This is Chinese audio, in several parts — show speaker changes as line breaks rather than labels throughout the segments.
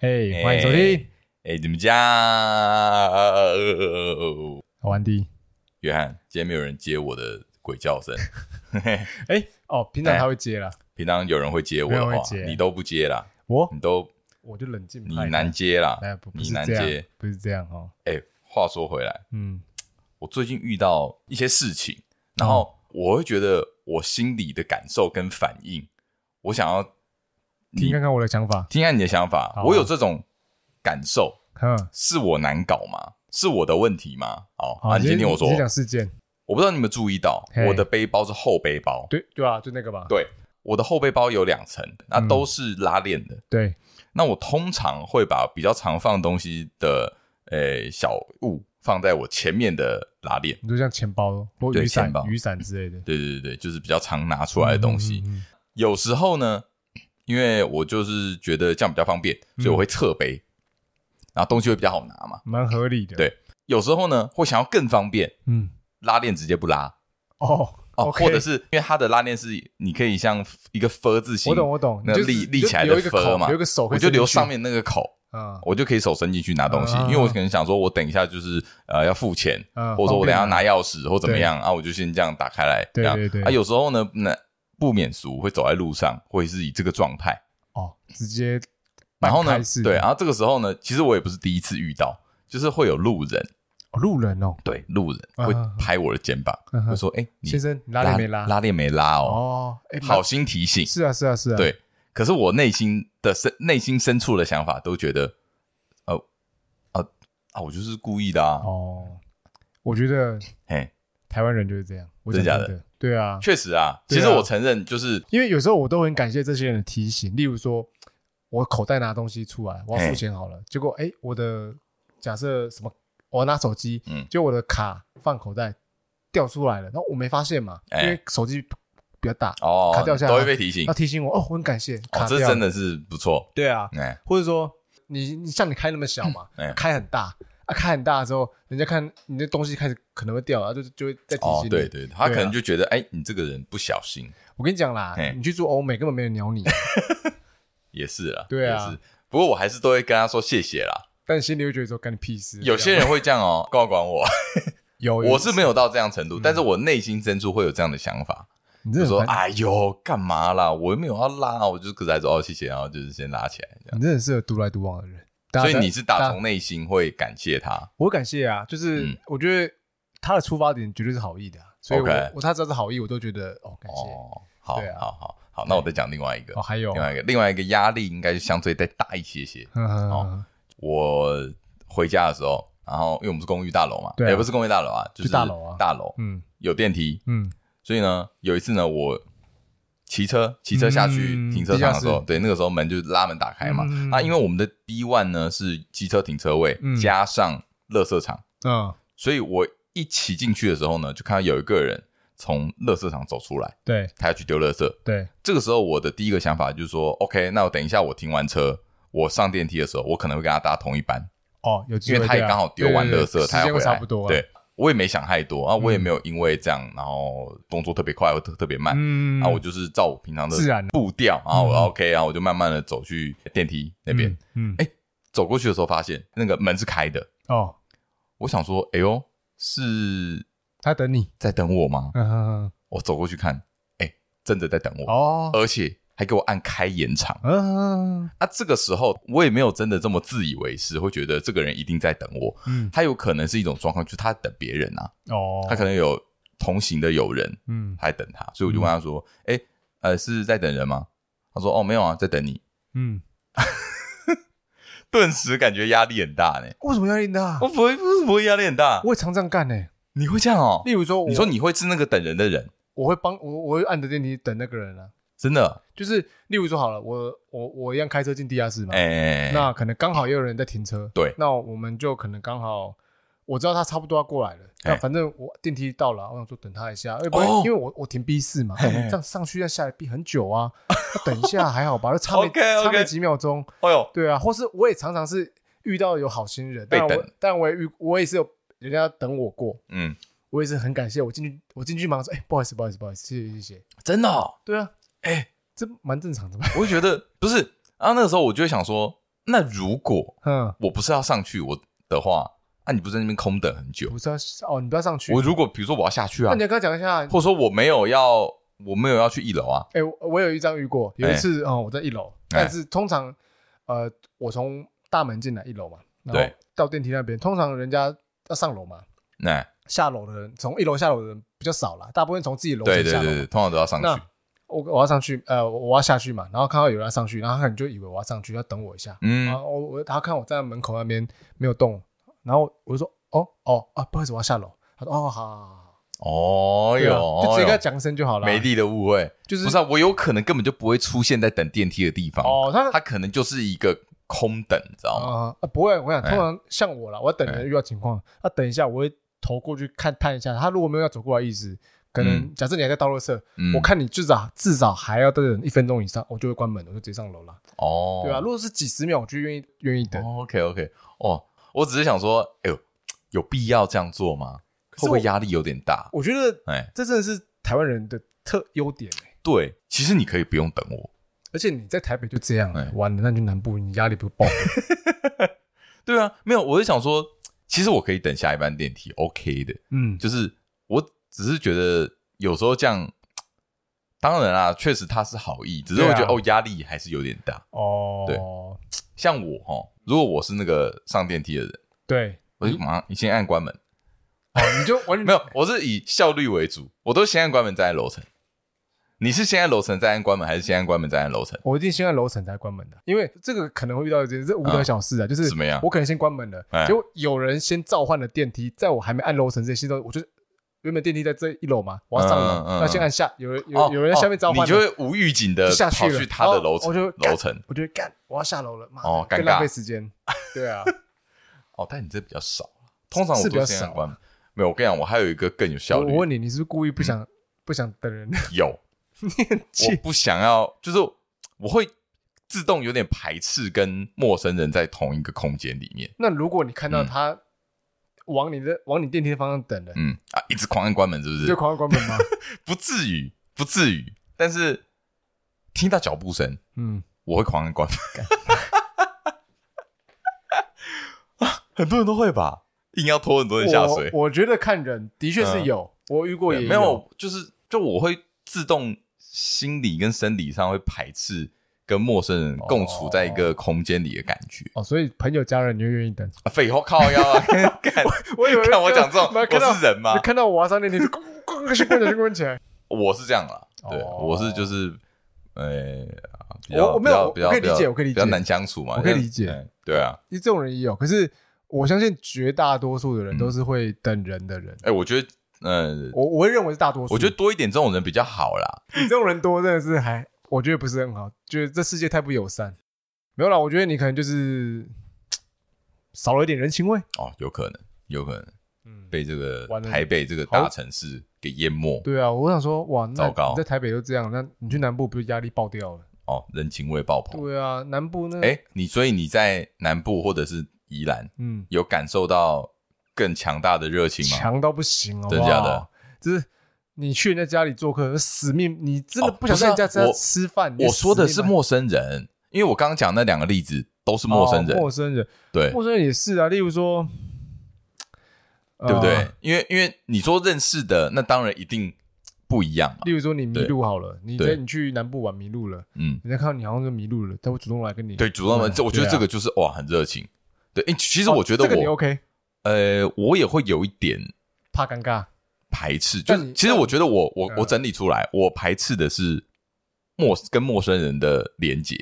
哎欢迎收听《
哎，你们家
好玩的》。
约翰，今天没有人接我的鬼叫声，
哎、哦，平常他会接啦，
平常有人会接我
没有
的
人
话
会接，
你都不接啦，
我
你都
我就冷静
你
派的
难，接啦
哎，不，不
你
是
难
这样
接。，
不是这样哦，
哎，话说回来，
嗯，
我最近遇到一些事情，然后我会觉得我心里的感受跟反应，我想要
听看看我的想法，
听看你的想
好
法
啊。
我有这种感受，
哼，
是我难搞吗？是我的问题吗？哦，
好，
啊，你先听我说
你，先讲事件，
我不知道你们有没有注意到
嘿，
我的背包是后背包，
对对啊，就那个吧，
对，我的后背包有两层，那
嗯
都是拉链的。
对，
那我通常会把比较常放东西的诶、小物放在我前面的拉链，
你就像钱包咯或
对
雨伞
钱、包
雨伞之类的
对对对对，就是比较常拿出来的东西。
嗯嗯嗯
有时候呢，因为我就是觉得这样比较方便，所以
嗯
我会侧背，然后东西会比较好拿嘛。
蛮合理的，
对有时候呢，会想要更方便，
嗯，
拉链直接不拉
哦
哦
OK
或者是因为它的拉链是你可以像一个 “f” 字形，
我懂我懂，
那
你就
立
只
立起来
你就留
的
一个口
“f” 嘛，
留一个手可
我
以伸进去，
就留上面那个口，
嗯，
我就可以手伸进去拿东西，
啊
因为我可能想说，我等一下就是呃要付钱，
嗯
或者说我等一下
方便拿
拿钥匙或怎么样啊，我就先这样打开来，
对
这样
对对
啊，有时候呢，那不免俗会走在路上，会是以这个状态，
哦，直接
然后
半
呢
开式，的
对，然啊后这个时候呢，其实我也不是第一次遇到，就是会有路人，
哦路人哦，
对，路人
啊
会拍我的肩膀，
嗯哼
会说，哎，你
先生你拉链没拉？
拉链没拉哦，
哦，哎，蛮
好心提醒，
是啊，是啊，是啊，
对，可是我内心的深内心深处的想法都觉得，呃，呃啊，我就是故意的啊，
哦，我觉得
嘿，
台湾人就是这样，我
真
讲
的假
真的，对啊，
确实啊，
对
其
啊
实我承认就是
因为有时候我都很感谢这些人的提醒，例如说我口袋拿东西出来，我要付
嘿
钱好了，结果哎，我的假设什么，我拿手机，
嗯
就我的卡放口袋掉出来了，然后我没发现嘛，因
哎
为手机比较大，
哦
卡掉下来
都会被提醒
要，提醒我哦，我很感谢，
哦
卡，
这
掉，
真，的是不错，
对啊，
哎，
或者说你你像你开那么小嘛，
嗯哎
开很大啊，开很大之后，人家看你的东西开始可能会掉，然啊后就就会再提
哦
醒，你。
对对，他
对啊
可能就觉得，哎，你这个人不小心，
我跟你讲啦
嘿，
你去住欧美根本没人鸟你，
也是啊，
对啊
也是，不过我还是都会跟他说谢谢啦。
但心里会觉得说干你屁事。
有些人会这样哦， 管管我，
有，有
我是没有到这样
嗯
程度，但是我内心深处会有这样的想法，
你
就
这
说
说
哎呦，干嘛啦？我又没有要拉，我就是可才说哦，谢谢，然后就是先拉起来这样。
你真的适合独来独往的人。嗯大家
所以你是打从
大家
内心会感谢他。
我感谢啊，就是
嗯
我觉得他的出发点绝对是好意的啊，所以我
OK
我他只要是好意，我都觉得哦感谢。
哦，好
对啊
好好好，那我再讲另外一个
哦，，还有
另，外一个，另外一个压力应该就相对再大一些些。
呵呵呵
我回家的时候，然后因为我们是公寓大楼嘛，
对啊
也不是公寓大楼啊，就是
就大楼啊
大楼
嗯
有电梯，
嗯，
所以呢，有一次呢，我骑车骑车下去
嗯
停车场的时
地下
候，
室
对，那个时候门就拉门打开嘛
嗯嗯嗯，
啊，因为我们的 B one 呢是机车停车位
嗯
加上垃圾场。
嗯，
所以我一骑进去的时候呢，就看到有一个人从垃圾场走出来，
对
他要去丢垃圾。
对，
这个时候我的第一个想法就是说，OK，那我等一下我停完车，我上电梯的时候，我可能会跟他搭同一班，
哦，有机
因
会，
为他也
对啊
刚好丢完
对
垃
对
圾，
对
他
时
要
间
回
会
来。
差不多，啊嗯
对，，我也没想太多啊，我也没有因为这样，然后动作特别快或特特别慢。
嗯，
啊，我就是照我平常的
自然
步调啊，我
嗯
OK 啊，我就慢慢的走去电梯那边。
嗯，嗯，
哎走过去的时候，发现那个门是开的，
哦，
我想说，哎呦，是
他等你，
在等我吗？
嗯哼
我走过去看，哎、真的在等
哼，
我，
哦，
而且还给我按开延长。
嗯
啊，这个时候我也没有真的这么自以为是，会觉得这个人一定在等我。
嗯，
他有可能是一种状况，就是他等别人啊，
哦，
他可能有同行的友人
嗯
还等他，所以我就问他说：“哎、呃，是在等人吗？”他说：“哦，没有啊，在等你。
嗯，”
顿时感觉压力很大呢。
为什么要赢的？
我不会，不会压力很大。
我也常这样干呢、
你会这样哦？
例如说我，
你说你会是那个等人的人，
我会帮我，我会按着电梯等那个人啊。
真的？
就是例如说好了，我我我一样开车进地下室嘛，
哎、
那可能刚好也有人在停车，
对
那我们就可能刚好。我知道他差不多要过来了，
哎
那反正我电梯到了，我想说等他一下，哎要不然
哦
因为我我停 B 四嘛，
嘿嘿
这样上去要下来 B 很久啊，那等一下还好吧， 就差没
OK，OK
差没几秒钟，
哎呦，
对啊，或是我也常常是遇到有好心人，
被
但我
等
但我也遇我也是有人家等我过，
嗯，
我也是很感谢我进去，我进去忙说，哎、不好意思，不好意思，不好意思，谢谢谢谢。
真的、哦。
对啊，
哎
这蛮正常的吧？
啊我就觉得不是。然后那个时候我就会想说，那如果
嗯，
我不是要上去我的话，那、你不是在那边空等很久
不？是要哦，你不要上去。
我如果比如说我要下去啊
那你，要跟他讲一下，
或者说我没有要我没有要去一楼啊，
哎、我我有一张遇过，
哎
有一次哦、我在一楼，但是通常呃，我从大门进来一楼嘛，然后
对
到电梯那边，通常人家要上楼嘛，
那、
下楼的人从一楼下楼的人比较少啦，大部分从自己楼
对
层
对
下
对
楼。
对，通常都要上去
那。我我要上去，呃，我我要下去嘛，然后看到有人要上去，然后他可能就以为我要上去，要等我一下。然
嗯，
后我我他看我站在门口那边没有动，然后我就说哦哦啊，不好意思，我要下楼。他说哦，好好好好，
哦
对啊
哟，
就直接跟他
哟
讲一声就好了。
美丽的误会，
就是
不是、啊、我有可能根本就不会出现在等电梯的地方，
哦，他
它可能就是一个空等，你知道吗？
啊、啊不会，我想
哎
通常像我啦，我要等人遇到情况，那、等一下我会投过去看探一下，他如果没有要走过来的意思，可能
嗯
假设你还在倒垃圾，
嗯，
我看你至少至少还要等一分钟以上，我就会关门，我就直接上楼了，
哦，
对啊，如果是几十秒，我就愿意愿意等。
OK OK，哦，我只是想说，哎呦，有必要这样做吗？
可是我
会不会压力有点大？
我觉得
哎，
这真的是台湾人的特优点、欸、
对，其实你可以不用等我。
而且你在台北就这样、
哎
完了，那你去南部你压力不是爆表？
对啊，没有，我是想说，其实我可以等下一班电梯，OK 的。
嗯，
就是我只是觉得有时候这样，当然啦，确实他是好意，只是我觉
对
得、
啊
哦，压力还是有点大。
哦，
像我哈，如果我是那个上电梯的人，
对
我就马上先按关门。
哦，你就完全
没有，我是以效率为主，我都先按关门再按楼层。你是先按楼层再按关门，还是先按关门再按楼层？
我一定先按楼层才关门的，因为这个可能会遇到一件这无聊小事啊，就是
怎么样
我可能先关门了，
哎
结果有人先召唤了电梯，在我还没按楼层之前，先到我就原本电梯在这一楼嘛，我要上
嗯嗯嗯
楼，要先按下，有人有
哦
有人在下面召
哦
唤
你就
了，
会无预警的
就下去
跑
了
去他的楼
哦
层，
我就
楼层
我就会干，我要下楼了，妈的
哦尴尬
更浪费时间，对 啊，
哦，但你这比较少，通常我
是比
都
较
先
少
按关门。没有，我跟你讲，我还有一个更有效
我
率
我，问你，你是不是故意不
嗯
想不想等人？
有我
气
不想要，就是我会自动有点排斥跟陌生人在同一个空间里面，
那如果你看到他往你的往你电梯的方向等了，
嗯嗯啊，一直狂按关门是不？
你就是狂按关门吗？
不至于，不至于，但是听到脚步声，
嗯，
我会狂按 关门。啊，很多人都会吧，硬要拖很多人下水。
我我觉得看人的确是有，我遇过也
欸嗯对没有，就是就我会自动心理跟生理上会排斥跟陌生人共处在一个空间里的感觉。
哦，所以朋友家人你就愿意等。
啊废话，靠腰啊！看
我以为
看我讲这种，
没有看到
我是人吗
你？看到我要上电梯，就咣咣咣先关起来，先关起来。
我是这样啦，对，
哦
我是就是，呃，比较
我我没有
比较
我可以
比较
理解我可以理解
比较难相处嘛，
我可以理解
因为嗯对啊，
这种人也有，可是我相信绝大多数的人
嗯
都是会等人的人。
哎，我觉得，呃，
我我会认为是大多数。
我觉得多一点这种人比较好啦。
你这种人多真的是还，我觉得不是很好，觉得这世界太不友善。没有啦，我觉得你可能就是嘖少了一点人情味。
哦，有可能，有可能
嗯，
被这个
完了
台北这个大城市给淹没。
对啊，我想说，哇，那
糟糕
你在台北都这样，那你去南部不就压力爆掉了？
哦，人情味爆棚。
对啊，南部那，
哎，你所以你在南部或者是宜兰
嗯，
有感受到更强大的热情吗？
强到不行，好不
真
好
假的？
就是你去人家家里做客，死命你真的
哦
不想在人家
不是啊
家
我
吃饭。你
我说的
死
是
命买
陌生人，因为我刚刚讲那两个例子都是陌生人
哦，陌生人，
对
陌生人也是啊。例如说，呃
对不对？？因为因为你说认识的，那当然一定不一样嘛。
例如说你迷
对
路好了，你
对
在你去南部玩迷路了，
嗯，
人家看到你好像是迷路了，他会主动来跟你
对，主动们，这我觉得
对啊
这个就是哇，很热情。对，诶其实
哦
我觉得
这个你
我
OK，
呃，我也会有一点
怕尴尬
排斥，就
但
是
你
其实我觉得我我
嗯
我整理出来，我排斥的是陌跟陌生人的连接。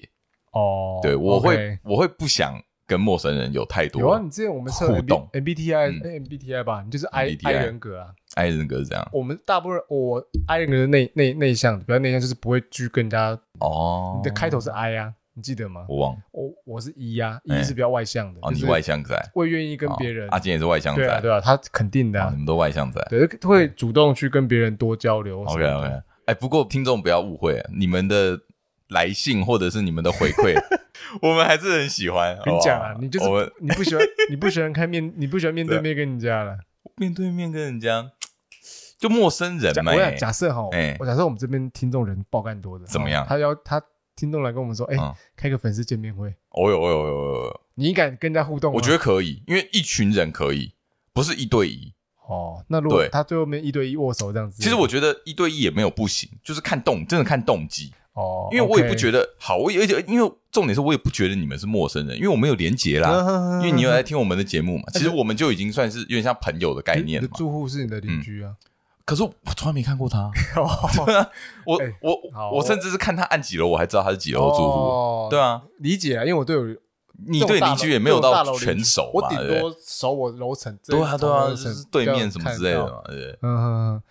哦。
对，我会
OK
我会不想跟陌生人有太
有啊。
多
你之前我们测
互
MB
动嗯
MBTI 哎 MBTI 吧，你就是 I
MBTI
I 人格啊。
爱人格是这样
我们大部分我 I 人格是内内内向的，比较内向就是不会去跟人家。
哦。
你的开头是 I 啊，你记得吗？
我忘了
我我是 E 啊
哎
，E 是比较外向的，
哦，
就
你
是
外向仔
会愿意跟别人
哦阿健也是外向仔
对啊，对啊，他肯定的
哦
啊
你，们哎都外向仔。
对，会主动去跟别人多交流什么
OK
的。
OK，哎，不过听众不要误会，你们的来信或者是你们的回 馈，我们还是很喜欢。
跟你讲啊
好不，好
你就
我们
是 你不喜欢你不喜欢看面，你不喜欢面对面跟人家了。
面对面跟人家就陌生人
假
嘛
我，想
哎
假设哈
哎，
我假设我们这边听众人爆干多的，
怎么样
他要他听众来跟我们说，哎、
嗯
开个粉丝见面会，
哦哟哦哟哦哟哦，
你敢跟人家互动吗？
我觉得可以，因为一群人可以，不是一对一。
哦，那如果
对
他最后面一对一握手这样子，
其实我觉得一对一也没有不行，就是看动，真的看动机。
哦，
因为我也不
OK
觉得好，我也而且因为重点是我也不觉得你们是陌生人，因为我们有连
嗯
结啦，啊因为你有来听我们的节目嘛，其实我们就已经算是有点像朋友的概
哎你
念
的
嘛。嗯
住户是你的邻居啊，
可是我从来没看过 他，啊
哦
我
哎好
我我甚至是看他按几楼，我还知道他是几楼住户。
哦
对啊，
理解啊，因为我对我
你对邻居也没有到全熟
我
嘛，
顶
对不对？
多熟我楼层，这
对啊对啊，
同一个
就
层
是对面什么之类的
比较看得到。
嘛，对不对？
嗯哼，哼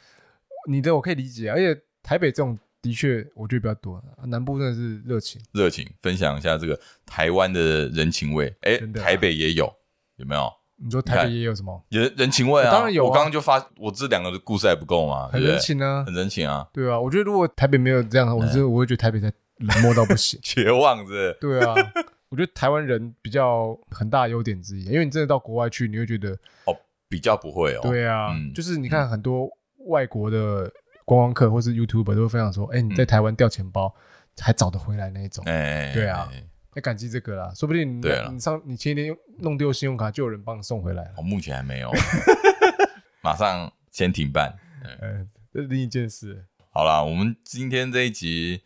你的我可以理解啊，而且台北这种的确我觉得比较多，啊南部真的是热情，
热情分享一下这个台湾的人情味，哎
真，的啊
台北也有，有没有？
你说台
你
北也有什么
人人情味啊，
当然有啊
我刚刚就发，我这两个的故事还不够嘛，对
很
不对
人？情啊？
很人情啊，。
对啊，我觉得如果台北没有这样，我真的我会觉得台北在冷漠到不行
绝望是不是
对啊， 我觉得台湾人比较很大的优点之一，因为你真的到国外去，你会觉得
比较不会哦。
对啊，
嗯
就是你看很多外国的观光客或是 YouTuber 都会分享说，哎、你在台湾掉钱包还找得回来那一种，
嗯哎，
对啊要感激这个啦，说不定你
对啊
你上你前一天用弄丢信用卡，就有人帮你送回来了
哦我，目前还没有， 马上先停办。
呃，这是另一件事。
好啦，我们今天这一集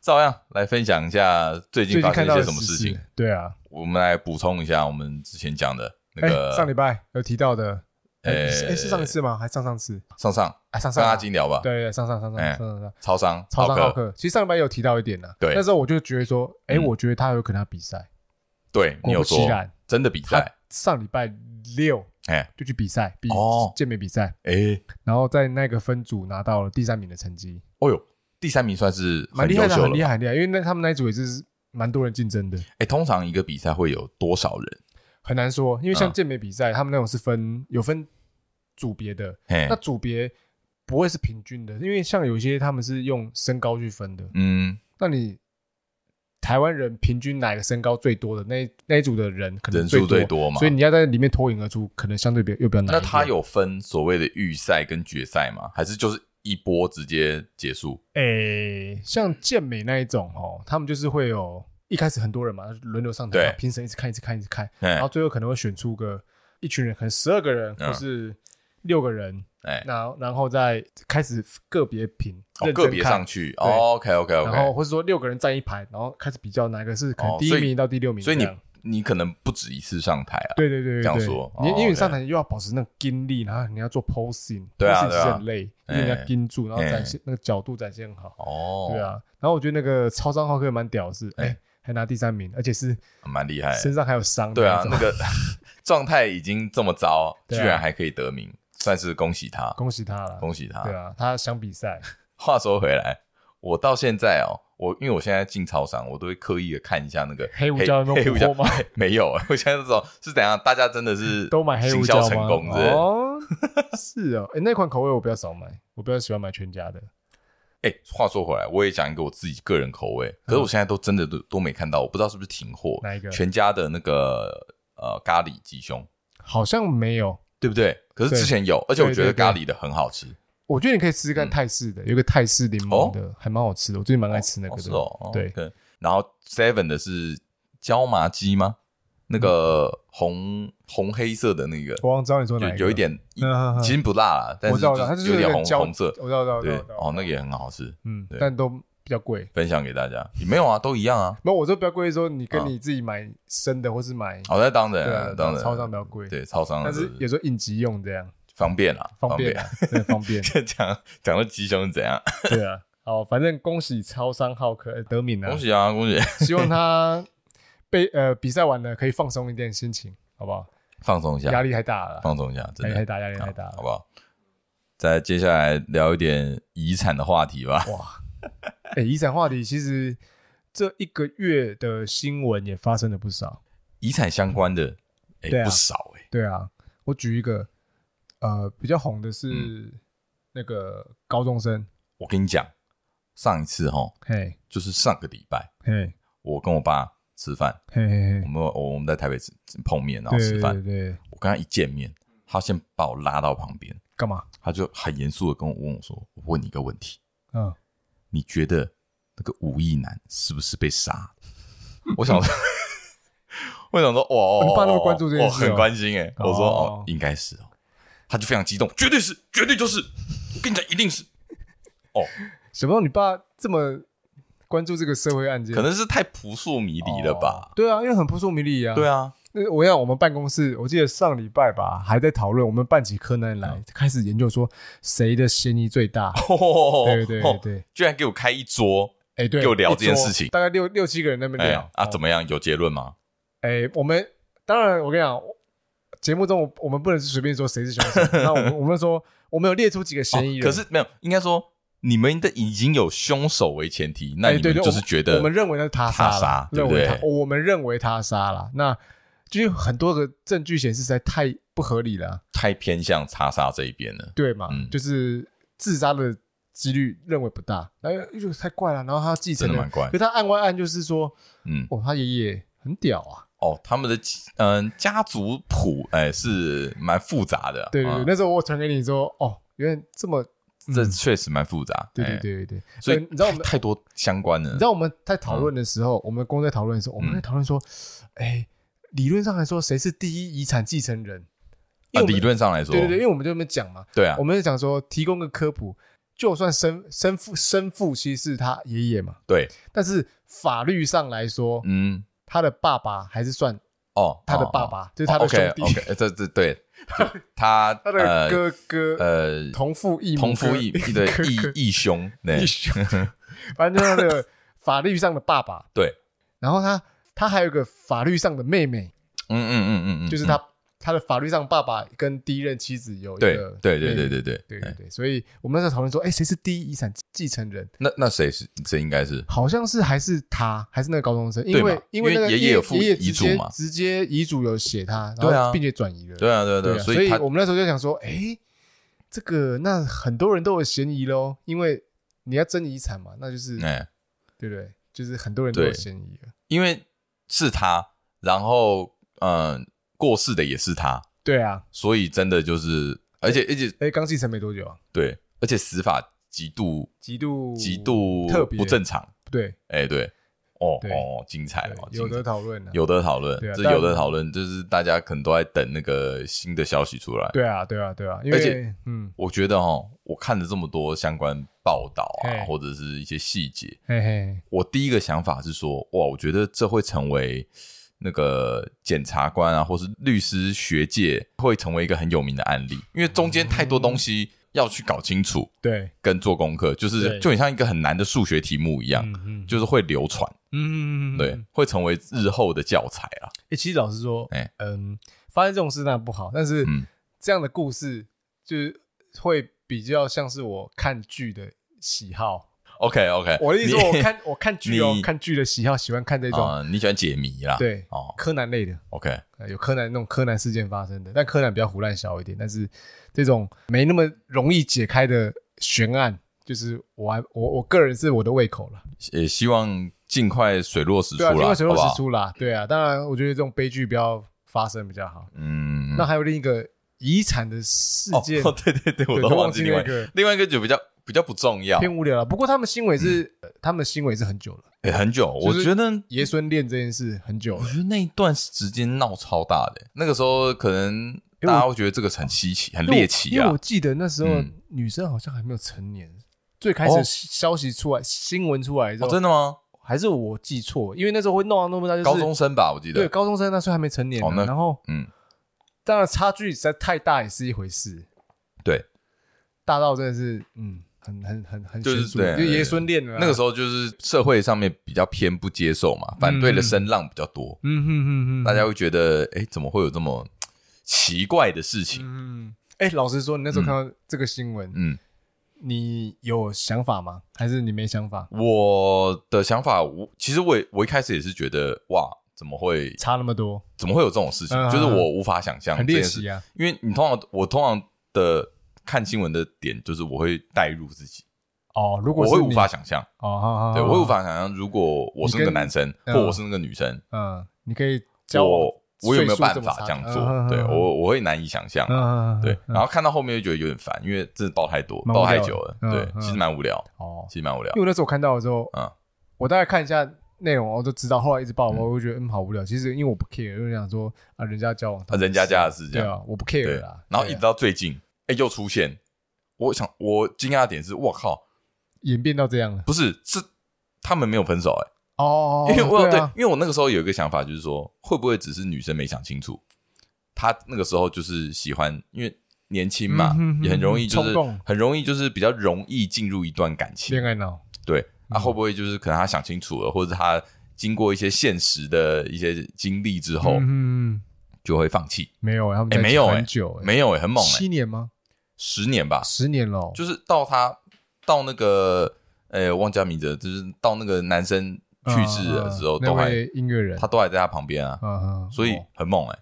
照样来分享一下最
最近
近发生
看
一
到
些
的
什么事
时
情
事。，对啊，
我们来补充一下我们之前讲的那
哎、
个
上礼拜有提到的，哎、
呃
是哎是上一次吗？还上上次？
上上
啊，上上
上
啊
阿金聊吧，
对对对上上上上
哎
上上上。
超商
超商浩
浩克，
克，其实上礼拜有提到一点呢。
对
那时候我就觉得说，哎，
嗯
我觉得他有可能要比赛。
对你
果
有
不
说
其然，
真的比
他
赛，
上礼拜六
哎
就去比赛，比
哦
健美比赛，
哎，
然后在那个分组拿到了第三名的成绩，
哦呦，第三名算是
蛮
很
厉害
优
的，
秀
很厉
了。
害，很厉害。因为那他们那一组也是蛮多人竞争的，
哎，通常一个比赛会有多少人？
很难说。因为像
嗯
健美比赛，他们那种是分有分组别的，
哎
那，组别不会是平均的，因为像有些他们是用身高去分的，
嗯，
那你台湾人平均哪个身高最多的那一那一组的人可能
人数
多
最多嘛
所以你要在里面脱颖而出，可能相对比又比较难一
那
点。
他有分所谓的预赛跟决赛吗？还是就是一波直接结束？
诶、像健美那一种哦，他们就是会有一开始很多人嘛，轮流上台，
对
然后评审一直看，一直看，一直看，
哎
然后最后可能会选出个一群人，可能十二个人
嗯
或是六个人，
哎，
然后然后再开始个别评，
哦，
认
个
真
别
看
上去。哦 OK OK
然后
OK，
或者说六个人站一排，然后开始比较哪个是可
哦
能第一
所以
名到第六名这
所以
样，
你你可能不止一次上台啊。
对对对对对
这样说
你
哦
因为你
OK
上台又要保持那个筋力，然后你要做 posing，
对啊
posing 其
对
实
啊
很累，
哎
因为你要盯住，然后
哎
展现那个角度展现好，
哦，
对，啊。然后我觉得那个超商浩克也蛮屌的是，哎
哎，
还拿第三名，而且是
蛮厉害。
身上还有伤的
对啊
那，种，
那 个状态已经这么糟，居
对啊
然还可以得名，算是恭喜他，
恭喜他了。
恭喜他
对。啊，他想比赛，
话说回来，我到现在哦，我因为我现在进超商，我都会刻意的看一下那个
黑胡椒有没有
黑
补
胡椒
货吗？
没有，我现在这种是怎样？大家真的 是
都买黑胡
行
椒
销
吗？
成功是不是？
哦，是哦，哎，那款口味我比较少买，我比较喜欢买全家的。
哎、话说回来，我也讲一个我自己个人口味，可是我现在都真的都都没看到，我不知道是不是停货。
嗯哪一个
全家的那个呃咖喱鸡胸，
好像没有，
对不对？可是
对
之前有，而且我觉
对对对
得咖喱的很好吃。
我觉得你可以试试
嗯
看泰式的，有个泰式柠檬的，还蛮好吃的。我最近蛮爱吃那个
哦哦是
的。
哦，哦
对，
OK 然后 Seven 的是椒麻鸡吗？那
嗯
个红红黑色的那个，
我忘知道你说哪
有
个，
有一，点，
嗯嗯嗯
其实不辣啦，但
我
是
知道，我知道，它
就是有点
个
红
焦
红色。
我知道，我知
对
道，我知道，
哦，那个也很好吃，
嗯
对，
但都比较贵。
分享给大家。没有啊，都一样啊。
没有，我说比较贵，说你跟
啊
你自己买生的，或是买
哦，那当
对
然
啊
啊，当然，
超商比较贵，
对超商的
但是有时候应急用这样
方便啦，
方便啊，对，方便。
便。 讲讲到鸡胸是怎样？
对啊，好，反正恭喜超商浩克呃德敏啊
恭，喜啊，恭喜！
希望他被呃比赛完了可以放松一点心情，好不好？
放松一下
压，力太大了，
放松一下，
压
真
力
的
太大，压力太大
好
了。
不好？再接下来聊一点遗产的话题吧。
哇，哎、遗产话题其实这一个月的新闻也发生了不少。
遗产相关的，哎、
对啊
不少哎、
对啊，我举一个，呃，比较红的
嗯
是那个高中生，
我跟你讲，上一次哈，
嘿，
就是上个礼拜，
嘿，
我跟我爸吃饭，
嘿嘿
我
嘿，
们哦我我们在台北吃碰面，然后
对
吃饭
对。对，
我跟他一见面，他先把我拉到旁边，
干嘛？
他就很严肃的跟我问我说：“我问你一个问题，
嗯，
你觉得那个吴亦男是不是被杀了？我想说， 我想说，哦哇，
哦你爸那么关注这件
我
事哦
很关心哎、
哦
我说哦，应该是哦，他就非常激动，绝对是，绝对就是，我跟你讲，一定是，
什么？你爸这么关注这个社会案件？
可能是太扑朔迷离了吧
哦？对啊，因为很扑朔迷离啊。
对啊，
那我要我们办公室，我记得上礼拜吧，还在讨论，我们办起柯南
嗯
来，开始研究说谁的嫌疑最大。
哦
对对对对，
居然给我开一桌，
哎、对，
给我哦聊
一
这件
桌
事情
大概六六七个人在那边
哎
聊、
啊，
哦
怎么样？有结论吗？
哎、我们当然，我跟你讲，节目中我我们不能是随便说谁是凶手，那我们我们说我们有列出几个嫌疑人，
哦可是没有，应该说你们的已经有凶手为前提，那
哎
你
对
们
对
就是觉得
我们认为他是他杀
他
了，
杀对
认
不
为
对
他我们认为他杀了，那就是很多个证据显示实在太不合理了啊、
太偏向叉杀这一边了。
对嘛？
嗯
就是自杀的几率认为不大，然后就太怪了，然后他继承
真的
了
蛮怪
可他案外案就是说，
嗯，
哦，他爷爷很屌啊，
哦，他们的嗯、家族谱哎、是蛮复杂的，
对对对，
嗯
那时候我传给你说，哦，原来这么，嗯
这确实蛮复杂，
对对
哎，
对对对，
所以
呃你知道我 们
太太多相关了，
你知道我们在讨
嗯
论的时候，我们公司在讨论的时候，我们在讨论说，哎，理论上来说，谁是第一遗产继承人？因为
啊
我们
理论上来说，
对对对，因为我们就这么讲嘛，
对啊
我，们就讲说提供个科普，就算生生父生父其实是他爷爷嘛，
对，
但是法律上来说，
嗯，
他的爸爸还是算
哦，
他的
哦
爸
哦
爸，就是他的兄弟，
o k o k 这这对，他
他的
呃
哥哥，
呃
同父异母，
同父异
哥
对
哥哥
异异兄，对
异兄，反正他的法律上的爸爸，
对，
然后他他还有一个法律上的妹妹，
嗯嗯嗯嗯嗯，
就是
嗯
他他的法律上爸爸跟第一任妻子有一
对
个
对对对
妹妹
对对
对对
哎
对，所以我们在讨论说，哎，谁是第一遗产继承人？
那那谁是这应该是
好像是还是他，还是那个高中生，因
对嘛
为因
因为
那个
爷爷
爷
有附
爷爷
遗
直
嘱
接
嘛
直接遗嘱有写他，然
对啊
后并且转移了，
对啊对啊
对
对
啊，
啊，
所
以
以
他
我们那时候就想说，哎，这个那很多人都有嫌疑喽，因为你要争遗产嘛，那就是
哎，
对不对？就是很多人都
对
有嫌疑了，
因为是他，然后嗯过世的也是他，
对啊，
所以真的就是，而且而且
哎，刚继承没多久啊，
对，而且死法极度
极度
极度
特别
不正常，
对，
哎对，哦
对
哦精彩
对
哦，
有
精彩
得讨论啊，
有的讨论
对啊，
这
但
有的讨论，就是大家可能都在等那个新的消息出来。
对啊，对啊，对啊，因
而
为
且
嗯，
我觉得哦，我看了这么多相关报道
嘿
啊，或者是一些细节，
嘿嘿，
我第一个想法是说，哇，我觉得这会成为那个检察官啊，或是律师学界会成为一个很有名的案例，因为中间太多东西要去搞清楚
对，
跟做功课，就
对
是就很像一个很难的数学题目一样，
嗯嗯，
就是会流传，
嗯，嗯嗯嗯
对，会成为日后的教材啊。
欸，其实老实说，
哎
嗯，发生这种事当然不好，但是
嗯
这样的故事就是会比较像是我看剧的喜 好。
OK OK，
我的意思说，我看我看剧哦，
你
看剧的喜好，喜欢看这种、
啊、你喜欢解谜啦？
对
哦
柯南类的，
，OK，
呃有柯南那种柯南事件发生的，但柯南比较胡乱小一点，但是这种没那么容易解开的悬案，就是我还我我个人是我的胃口了。
也希望尽快水落石出
对啊，
啦，
因为水落
好不
石
好
出啦，对啊，当然我觉得这种悲剧不要发生比较好。
嗯，
那还有另一个遗产的事
哦
件，，
对对对， 我
对都
都忘
忘
记
记
另外
那个
另外一个就比较比较不重要，
偏无聊了。不过他们新闻是、
嗯
呃他们的新闻是很久了，
诶欸很久，
就
我
是
觉得。
爷孙恋这件事很久
我
了。
觉得那一段时间闹超大的、那个时候可能
因为
大家会觉得这个很稀奇、很
因为我
猎奇
因为
啊
我。记得那时候、
嗯
女生好像还没有成年，最开始
哦
消息出来、新闻出来之
哦，
后，
真的吗？
还是我记错，因为那时候会弄到那么大，就是
高中生吧，我记
对
得。
高中生那时候还没成年啊、
哦那
然后
嗯，
当然差距实在太大也是一回事，
对，
大到真的是嗯很很很很
就是
悬殊，
对
就
对
爷孙恋了啊、
那个时候就是社会上面比较偏不接受嘛，反对的声浪比较多，
嗯哼哼哼，
大家会觉得，哎、怎么会有这么奇怪的事情？
嗯，哎、老实说，你那时候看到这个新闻，
嗯，
你有想法吗？还是你没想法？
嗯我的想法，我其实我也我一开始也是觉得，哇，怎么会
差那么多，
怎么会有这种事情？
嗯
就是我无法想象
很
这
猎
件事
奇，啊！
因为你通常我通常的看新闻的点就是我会代入自己，
哦，如
我
果是
会
你
无法想象，
哦，好好，
对
好
我会无，法想象，如果我是那个
你跟
男生
嗯
或我是那个女生，
嗯，你可以教
我我有没有办
岁数么
法
差
这样
嗯嗯
做？
嗯
对我我会难以想象啊
嗯，嗯嗯
对
嗯，嗯
然后看到后面就觉得有点烦，因为真的报太多，
蛮无
报
聊的
太久了，
嗯
对
嗯，
其实蛮无聊，
哦，
其实蛮无聊
因为，我那时候看到的时候，
嗯，
我大概看一下内容，我就知道。后来一直报，我会觉得嗯好无聊。其实因为我不 care，因为想说啊，人家交往，
啊人家家的事这
对
样，
啊，我不
对
care 啦。
然后一
对啊
直到最近，哎，又出现。我想，我惊讶的点是，我靠，
演变到这样了。
不是是他们没有分手哎、
哦，
因为我
对
对
啊，
因为我那个时候有一个想法，就是说会不会只是女生没想清楚，她那个时候就是喜欢，因为年轻嘛，
嗯哼哼
也很容易就
冲
是
动
很容易就是比较容易进入一段感情，
恋爱脑，
对，那、会不会就是可能她想清楚了，或者她经过一些现实的一些经历之后，
嗯嗯，
就会放弃？
没有，他们在一起
没有哎
很久，哎
没有哎、很猛哎、
七年吗？
十年吧，
十年了，
就是到他到那个呃忘记他名字了，就是到那个男生去世的时
嗯
候，
嗯嗯那
都还
位音乐人，
他都还在他旁边啊，
嗯，嗯
所以
哦
很猛哎、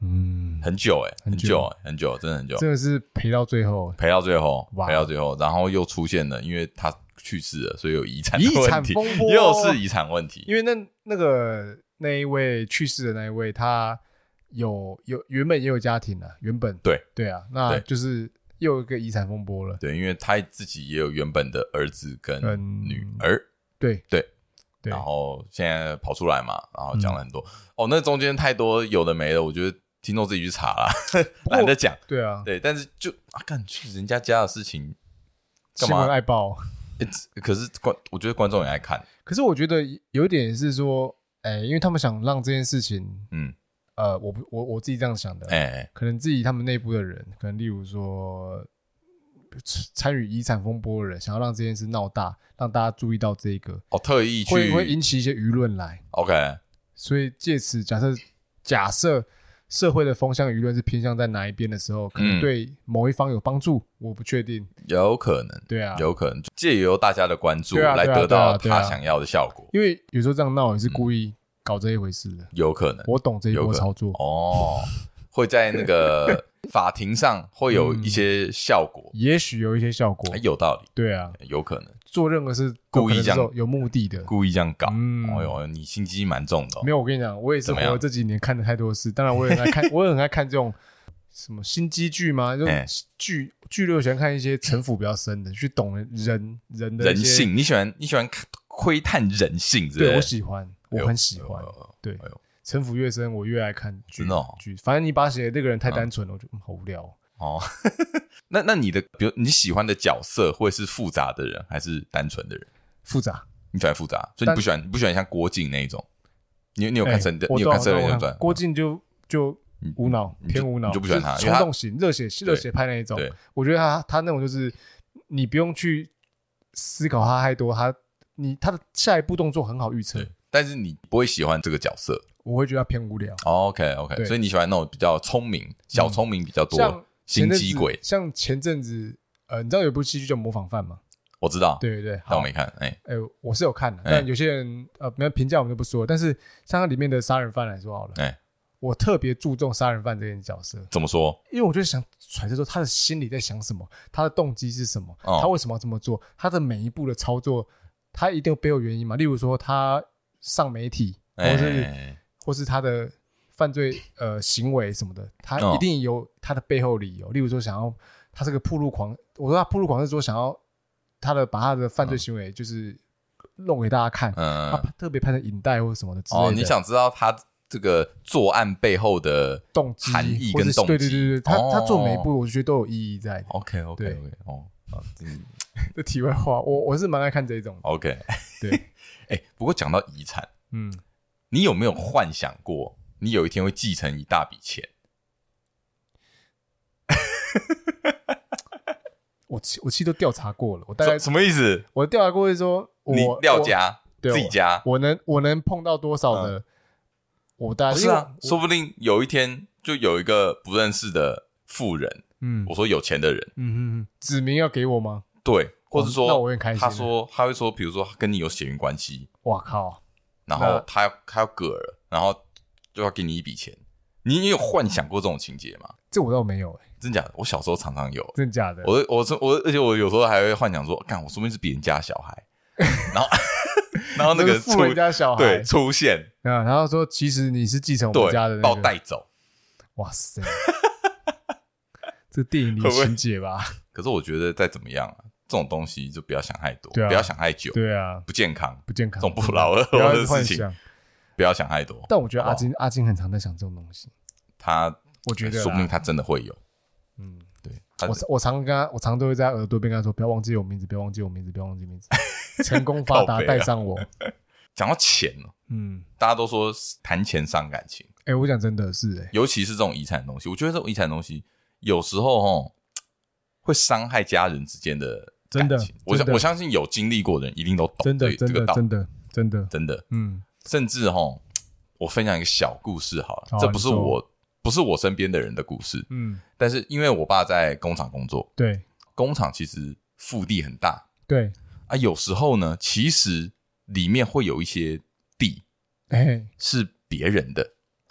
嗯，
很久哎、
很
很
久
久哎、很久，真的很久，
真的是陪到最 后，
陪到最后，
哇
陪到最后，然后又出现了，因为他去世了，所以有遗产的
遗产
问 题，
风波
又是遗产问题，
因为那那个那一位去世的那一位，他有有原本也有家庭啊，原本
对
对啊，那
对
就是又有一个遗产风波了。
对，因为他自己也有原本的儿子跟
嗯
女儿，
对
对
对，嗯
然后现在跑出来嘛，然后讲了很多，哦，那中间太多有的没的，我觉得听众自己去 查啦，
过
懒得讲。
对啊，
对，但是就啊，干去人家家的事情，干
新
嘛
闻爱爆。
诶这可是观，我觉得观众也爱看，
可是我觉得有一点是说，哎，因为他们想让这件事情，
嗯，
呃，我不我我自己这样想的，
哎、
可能自己他们内部的人，可能例如说参参与遗产风波的人，想要让这件事闹大，让大家注意到这个，
哦，特意去
会会引起一些舆论来。
，OK，
所以借此假
嗯
设假设社会的风向舆论是偏向在哪一边的时候，可能
嗯
对某一方有帮助，我不确定。
有可能，
对啊，
有可能借由大家的关注
对啊
来
对啊
得到
对啊
他
对啊
想要的效果，
因为有时候这样闹也是故意搞这一回事的。
有 可能
我懂这一
嗯有
波
可能
操作，
哦，会在那 个法庭上会有一些效果，
也许有一些效果
哎。有道理。
对啊，
有可能
做任何事
故意
都可能是
这样
有有目的的。
故意这样搞，
嗯
哦哟，你心机蛮重的哦、
没有，我跟你讲，我也是
怎么
活
样
了这几年看的太多事，当然我也很爱看， 我也很爱看这种什么新机剧嘛，就
哎
剧剧类我喜欢看一些城府比较深的，去懂人人的一
人
些
性，你喜欢你喜欢看窥探人性之类的，
对我喜欢，我很喜欢
哎。呦
对
哎呦，
城府越深，我越爱看剧
真的哦。
剧，反正你把写的这个人太单纯了，我就嗯好无聊哦。
哦， 那那你的，比如你喜欢的角色会是复杂的人，还是单纯的人？
复杂。
你喜欢复杂，所以
但
你不喜欢，你不喜欢像郭靖那一种。你你有看《
哎
神雕》，
我
你有
懂
看《神
我懂
雕侠
我
传
懂》？郭靖就就
嗯
无脑
你就
偏无脑，
你就不喜欢他
就是
因为
冲
他
动型、热血热血派那一种
对。
我觉得他他那种就是你不用去思考他太多，他你他的下一步动作很好预测
对，，但是你不会喜欢这个角色。
我会觉得他偏无聊。
OK
对嗯
OK，所以你喜欢那种比较聪明、小聪明比较
像
多、
前
心
阵
机
子
鬼。
像前阵子呃，你知道有部戏剧叫《模仿犯》吗？
我知道，
对对对，好
但我。没看。哎，
哎、我是有看的，
哎
但有些人、呃，没有评价我们就不说。但是像它里面的杀人犯来说好了，
哎
我特别注重杀人犯这件角色，
怎么说？
因为我就想揣测说他的心里在想什么，他的动机是什么，
哦
他为什么要这么做，他的每一步的操作，他一定有背后原因嘛？例如说他上媒体，或
哎，
是、或是他的犯罪呃行为什么的，他
哦
一定有他的背后理由。例如说，想要他是个铺路狂，我说他铺路狂是说想要他的把他的犯罪行为就是弄给大家看，他
嗯，
特别拍成影带或者什么的之类的。
哦，你想知道他这个作案背后的
动机
含义
或者
跟
是
动
对
机？
对对对，他、他做每一
哦
步，我觉得都有意义在。
OK
对
OK OK 哦，啊嗯
这题外话，我我是蛮爱看这一种的。
OK
对，
哎、不过讲到遗产，
嗯，
你有没有幻想过，你有一天会继承一大笔钱？
我其我其实都调查过了，我大概
什什么意思？
我调查过是说，我
你廖家
对
自己家？
我我能我能碰到多少的，我大概
不是啊，
因为我
说不定有一天就有一个不认识的富人，
嗯
我说有钱的人，
嗯嗯，指名要给我吗？
对，或者说、
哦那我很开心啊
他说他会说，比如说他跟你有血缘关系，
哇靠！
然
那
后他他要割了，然后就要给你一笔钱。你你有幻想过这种情节吗？
这我倒没有哎、
真假的？我小时候常常有，
真假的？
我我我，而且我有时候还会幻想说，干，我说不定是别人家小 孩，然后 然后那
就是
个出
富人家小孩
对出现，
啊，然后说其实你是继承我
对
们家的、那个，
把我带走。
哇塞，这电影里
会不会
情节吧？
可是我觉得再怎么样啊，这种东西就不要想太多，
对啊
不要想太久，
对啊，
不健康，
不健
这
康，
种不劳而
不
获
要
的
一直
事
幻
情，哦
想。
不要想太多。
但我觉得阿金阿金很常在想这种东西，
他
我觉得啦
说不定他真的会有，
嗯，
对，他
我我常跟他，我常都会在耳朵边跟他说，不要忘记我名字，不要忘记我名字，不要忘记名字， 成功发达
靠北啊
带上我。
讲到钱哦，
嗯，
大家都说谈钱伤感情，
哎，我讲真的是哎，
尤其是这种遗产的东西，我觉得这种遗产的东西有时候哦会伤害家人之间的
真
感
的
情。我
真
相
的
我相信有经历过的人一定都懂
真的
这
真
哦这个
的
道理
真的真的，
真的，
嗯，
甚至哈，我分享一个小故事好了，
好啊
这不是
你说
我不是我身边的人的故事，
嗯，
但是因为我爸在工厂工作，
对
工厂其实腹地很大
对，
啊，有时候呢，其实里面会有一些地
哎
是别人的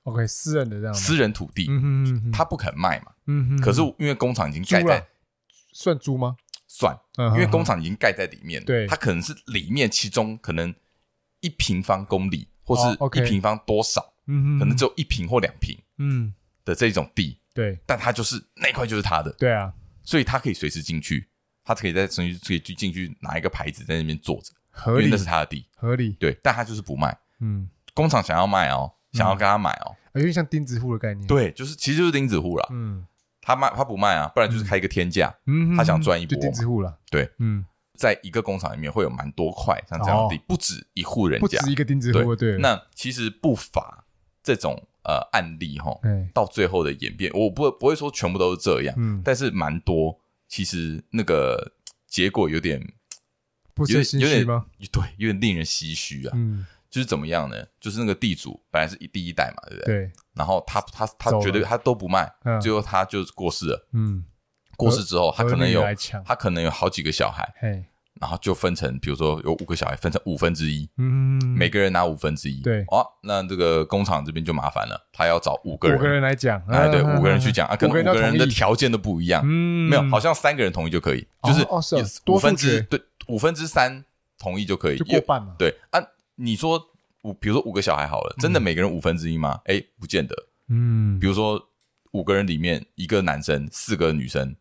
，OK，私人的这样吗，
私人土地，
嗯哼嗯哼，
他不肯卖嘛，
嗯哼，
可是因为工厂已经盖
猪
在
了，算猪吗？
算，
嗯，
因为
哼
工
哼
厂已经盖在里面，
对
它可能是里面其中可能一平方公里，或
哦
是
，OK
一平方多少，
嗯哼，
可能只有一平或两平
嗯，
的这种地，
对
但它就是那块就是他的，
对啊，
所以他可以随时进去，他可以在随时可以去进去拿一个牌子在那边坐着，因
合
为
理
那是他的地，
合理，
对，但他就是不卖，
嗯，
工厂想要卖哦，想要跟他买哦，
有点像钉子户的概念，，
对，就是其实就是钉子户啦，
嗯
他卖他不卖啊，不然就是开一个天价，
嗯哼，
他想赚一波
就钉子户了，
对，
嗯，
在一个工厂里面会有蛮多块像这样的地，不止一户人
哦不
家，
止一个钉子户，对，
那其实不乏这种呃案例哈，
哎，
到最后的演变，我不不会说全部都是这样，
嗯，
但是蛮多，其实那个结果有点
不
有
是
点
心
有
虚
点
吗？？
对，有点令人唏嘘啊。
嗯，
就是怎么样呢？就是那个地主本来是第一代嘛，对不对？
对，
然后他他他
走了
觉得他都不卖，
嗯
最后他就过世了。
嗯，
过世之后，他可
儿
能
女
有
来抢，
他可能有好几个小孩，
嘿，
然后就分成，比如说有五个小孩，分成五分之一，
嗯，
每个人拿五分之一。
对
哦，那这个工厂这边就麻烦了，他要找五个
五
人，
个人来讲，
哎，对，
啊
五个人去讲啊，可能
五个人要
五个人
同
的
意，
条件都不一样，
嗯，
没有，好像三个人同意就可以，就是
哦是啊
有
多
五
数
分
决
之对五分之三同意就可以，
就
因
过
为
半嘛，
对啊，你说五，比如说五个小孩好了，真的每个人五分之一吗？哎，不见得，
嗯
比，如说五个人里面一个男生，四个女生，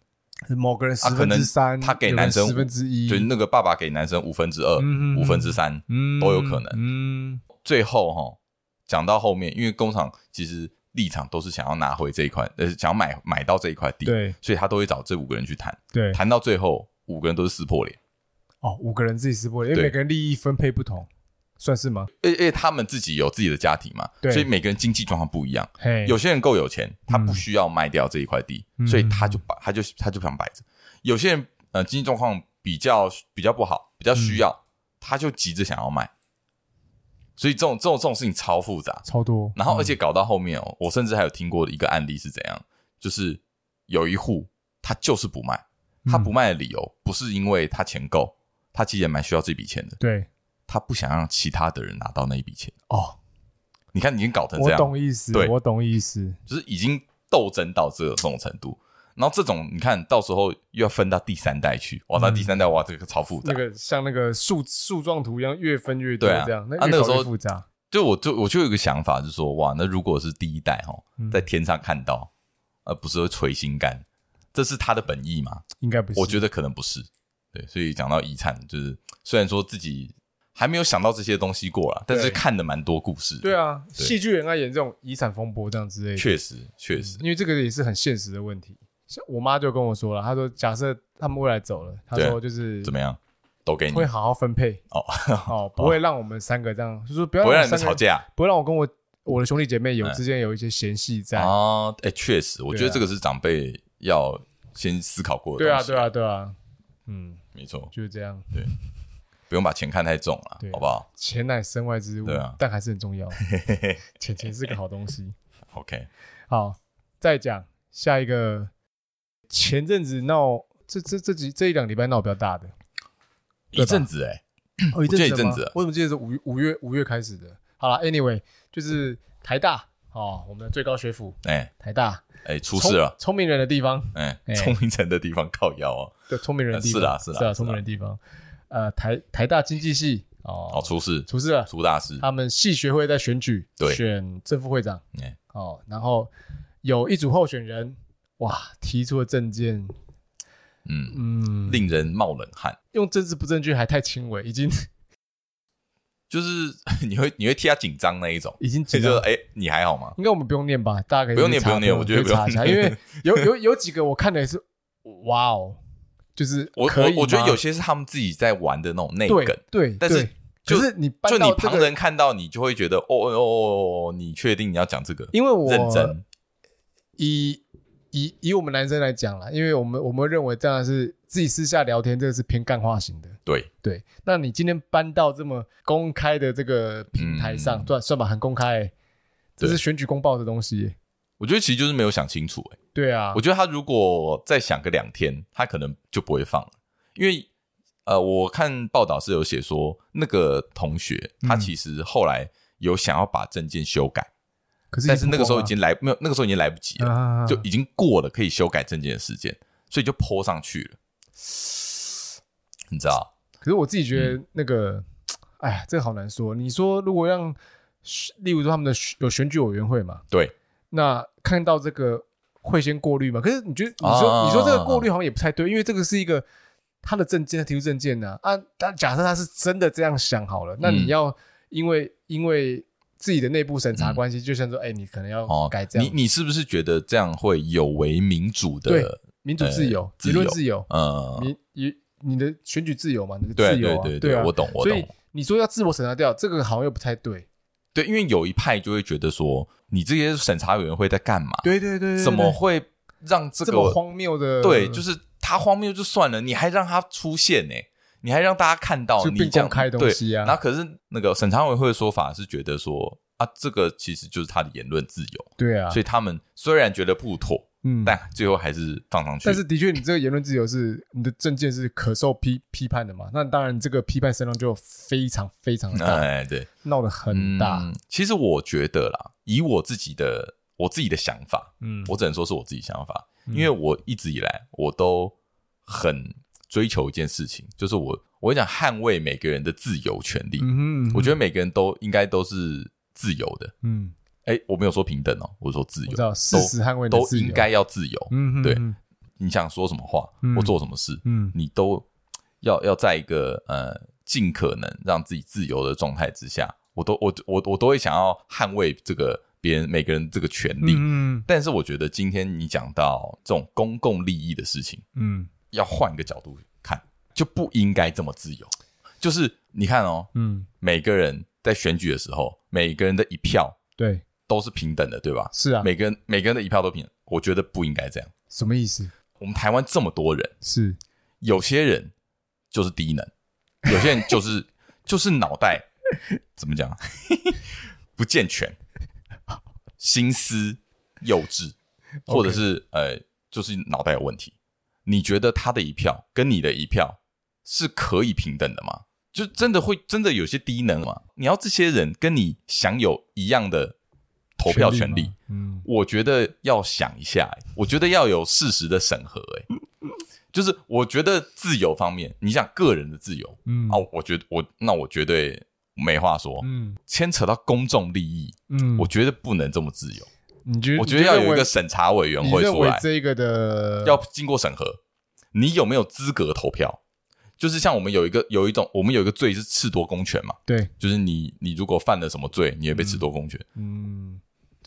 某个人十
啊可
分
能
之三，
他给男生
十分之一，
就是那个爸爸给男生五分之二
嗯嗯嗯，
五分之三，
嗯
都有可能
嗯，
最后哈，讲到后面，因为工厂其实立场都是想要拿回这一块，呃，想要买买到这一块地，
对
所以他都会找这五个人去谈，
对，
谈到最后五个人都是撕破脸，
哦，五个人自己撕破脸，因为
对
每个人利益分配不同，算是吗？
而而且他们自己有自己的家庭嘛，
对
所以每个人经济状况不一样。
嘿，
有些人够有钱，他不需要卖掉这一块地，
嗯
所以他就把他就他就想摆着。有些人呃经济状况比较比较不好，比较需要，
嗯
他就急着想要卖，所以这种这种这种事情超复杂。
超多，嗯
然后而且搞到后面哦，我甚至还有听过一个案例是怎样，就是有一户他就是不卖，
嗯
他不卖的理由不是因为他钱够，他其实也蛮需要这笔钱的，
对，
他不想让其他的人拿到那一笔钱。
哦，
你看已经搞成这
我
样，
懂意思，
对
我懂意思，
就是已经斗争到这种程度。然后这种你看到时候又要分到第三代去，哇，那第三代哇，这个超复杂
那。个像那个树树状图一样，越分越多
对啊
这样，那
啊
越
那个
搞
时候
越复杂，
就我就我就有一个想法，就是说哇，那如果是第一代哦，
嗯
在天上看到，呃，不是会捶心肝，这是他的本意吗？
应该不是，
我觉得可能不是。对，所以讲到遗产，就是虽然说自己还没有想到这些东西过啦，但是
对
看的蛮多故事。
对，啊，
对
戏剧很爱演这种遗产风波这样之类的，
确实确实，
因为这个也是很现实的问题。像我妈就跟我说了，她说假设他们未来走了，她
对啊
说就是
怎么样都给你
嗯会好好分配
哦，
哦，不会让我们三个这样，就是说不要
不
让我
会让你
三
们
个
吵，架。
不会让我跟我我的兄弟姐妹有
嗯
之间有一些嫌隙在。
哦，哎、确实，我
对啊
觉得这个是长辈要先思考过的。
对啊，对，啊，对啊，嗯，
没错，
就是这样。
不用把钱看太重了
对，
好不好
钱乃身外之物，
对啊
但还是很 重要。钱钱是个好东西。
？OK，
好，再讲下一个，前阵子闹这这这几这一两礼拜闹比较 大的，对吧
一阵子哎、
哦，一
我记得
子
一阵
吗
子啊了
我怎么记得哦是五五月五月开始的？好了，anyway，就是台大哦，我们的最高学府
哎、
台大
哎、出事了，
聪，聪明人的地方，
哎、
哎
聪明城的地方靠腰哦，
对，聪明人的地方
是啦是
是
啦
啊，
是啦
聪明人的地方，呃，台台大经济系哦
哦，，出事，
出事了，
出大事，
他们系学会在选举，
对
选正副会长
哎
哦，然后有一组候选人哇，提出了政见，
嗯，
嗯，
令人冒冷汗。
用政治不正确还太轻微，已经，
就是 你会你会替他紧张那一种
已经
所
紧
以就
张
是。哎、你还好吗？
应该我们不用念吧？大家可以
不用念
去查
不用念
对
我觉得
可以查一下，
不
因
用念
为有有有几个我看的也是，哇哦，就是
我
可以
我我觉得
吗
有些是他们自己在玩的那种内
对
梗，
对，
但是
对可
就是
你搬
就
到
你
这
旁
个，
人看到你就会觉得哦哦哦哦，你确定你要讲这个？
因为我
认真，
以以以我们男生来讲啦，因为我们我们认为这样是自己私下聊天，这个是偏干化型的。
对，
对，那你今天搬到这么公开的这个平台上，
嗯
算算吧，很公开、欸，这
对
是选举公报的东西欸。
我觉得其实就是没有想清楚、哎，
对啊
我，觉得他如果再想个两天，他可能就不会放了，因为呃，我看报道是有写说，那个同学他
嗯
其实后来有想要把证件修改，
可是
但是那个时候已
曝
经来没有，那个时候已经来不及
光
了，
了啊
就已经过了可以修改证件的时间，所以就泼上去了，你知道？
可是我自己觉
嗯
得那个，哎、呀，这个好难说。你说如果让，例如说他们的选有选举委员会嘛，
对，
那看到这个会先过滤嘛？可是你觉得你说、
啊
你说这个过滤好像也不太对，因为这个是一个他的证件，他提出证件呢啊。但假设他是真的这样想好了，那你
嗯
要因为、因为自己的内部审查关系，就像说，哎、你可能要
嗯哦，
改这样，
你你是不是觉得这样会有违民主的
对？民主自由、
哎自
言论
由
自由，
呃，
你你你的选举自由嘛，你的
对
自由啊，
对对
啊
我懂我
所以
懂。
你说要自我审查掉，这个好像又不太对。
对，因为有一派就会觉得说，你这些审查委员会在干嘛？
对对对
怎么会让这
这么
个？
荒谬嗯的？
对，就是他荒谬就算了，你还让他出现呢、你还让大家看到
就
你
并
这样
公开东
对
西啊
然后可是那个审查委员会的说法是觉得说啊，这个其实就是他的言论自由，
对啊，
所以他们虽然觉得不妥，
嗯，
但最后还是放上去。
但是的确，你这个言论自由是你的证件是可受批批判的嘛？那当然，这个批判声浪就非常非常的大，
哎，对，
闹得很大。
嗯。其实我觉得啦，以我自己的我自己的想法，
嗯，
我只能说是我自己想法，
嗯
因为我一直以来我都很追求一件事情，就是我我想捍卫每个人的自由权利。
嗯哼，
我觉
得，
得每个人都应该都是自由的。
嗯，
哎、我没有说平等哦，我说自
我
由
知，道，事实捍卫你的
都
自由
应，该要自由。
嗯哼，
对
嗯
你想说什么话，
嗯
我做什么事，
嗯
你都要要在一个呃尽可能让自己自由的状态之下，我都我我我都会想要捍卫这个别人每个人这个权利。
嗯
但是我觉得今天你讲到这种公共利益的事情，
嗯
要换个角度看，就不应该这么自由。就是你看哦，
嗯，
每个人在选举的时候，每个人的一票
对，
都是平等的，对吧？
是啊，
每个人每个人的一票都平等，我觉得不应该这样。
什么意思？
我们台湾这么多人，
是
有些人就是低能，有些人就是 就是脑袋怎么讲啊不健全，心思幼稚，或者是呃就是脑袋有问题。你觉得他的一票跟你的一票是可以平等的吗？就真的会真的有些低能吗？你要这些人跟你享有一样的投票权利
吗，嗯，
我觉得要想一下、欸我觉得要有事实的审核、欸，就是我觉得自由方面，你想个人的自由
嗯
啊，我觉得我那我绝对没话说，
嗯
牵扯到公众利益，
嗯，
我觉得不能这么自由，
你觉得
我觉得要有一个
你
审查委员
认为
会
你认
出
为
来，
这个的
要经过审核，你有没有资格投票？就是像我们有一个有一种，我们有一个罪是褫夺公权嘛，
对，
就是你你如果犯了什么罪，你会被褫夺公权，
嗯，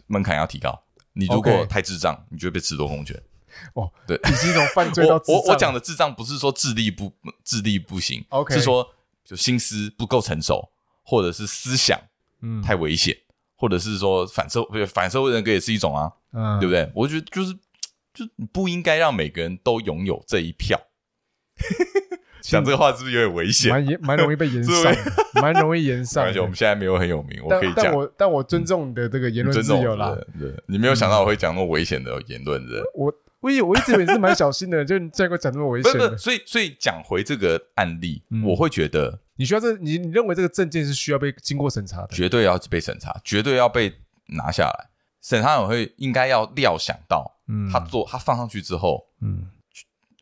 门槛要提高。你如果
OK
太智障，你就会被褫夺公权。
已经从 犯罪到
我
智障
我我讲的智障不是说智力不智力不行
OK
是说就心思不够成熟，或者是思想
嗯
太危险，或者是说反社会反社会人格也是一种啊，
嗯
对不对？我觉得就是就你不应该让每个人都拥有这一 票。讲这个话是不是有点危险？
蛮严蛮容易被延上
是
的， 蛮容易延上
而且我
的
们。现在没有很有名，我
但
可以
但
讲。
我但我尊重你的这个言论
尊
自
重
由啦。嗯
对对你没有想到我会讲那么危险的言论的，
我我以我一直以为你是蛮小心 的，就你再给我讲这么危
不
险
是不是，
的。
所以所以讲回这个案例，
嗯
我会觉得
你需要这你你认为这个证件是需要被经过审查的？
绝对要被审查，绝对要被拿下来。审查委会应该要料想到，
嗯
他做他放上去之后
嗯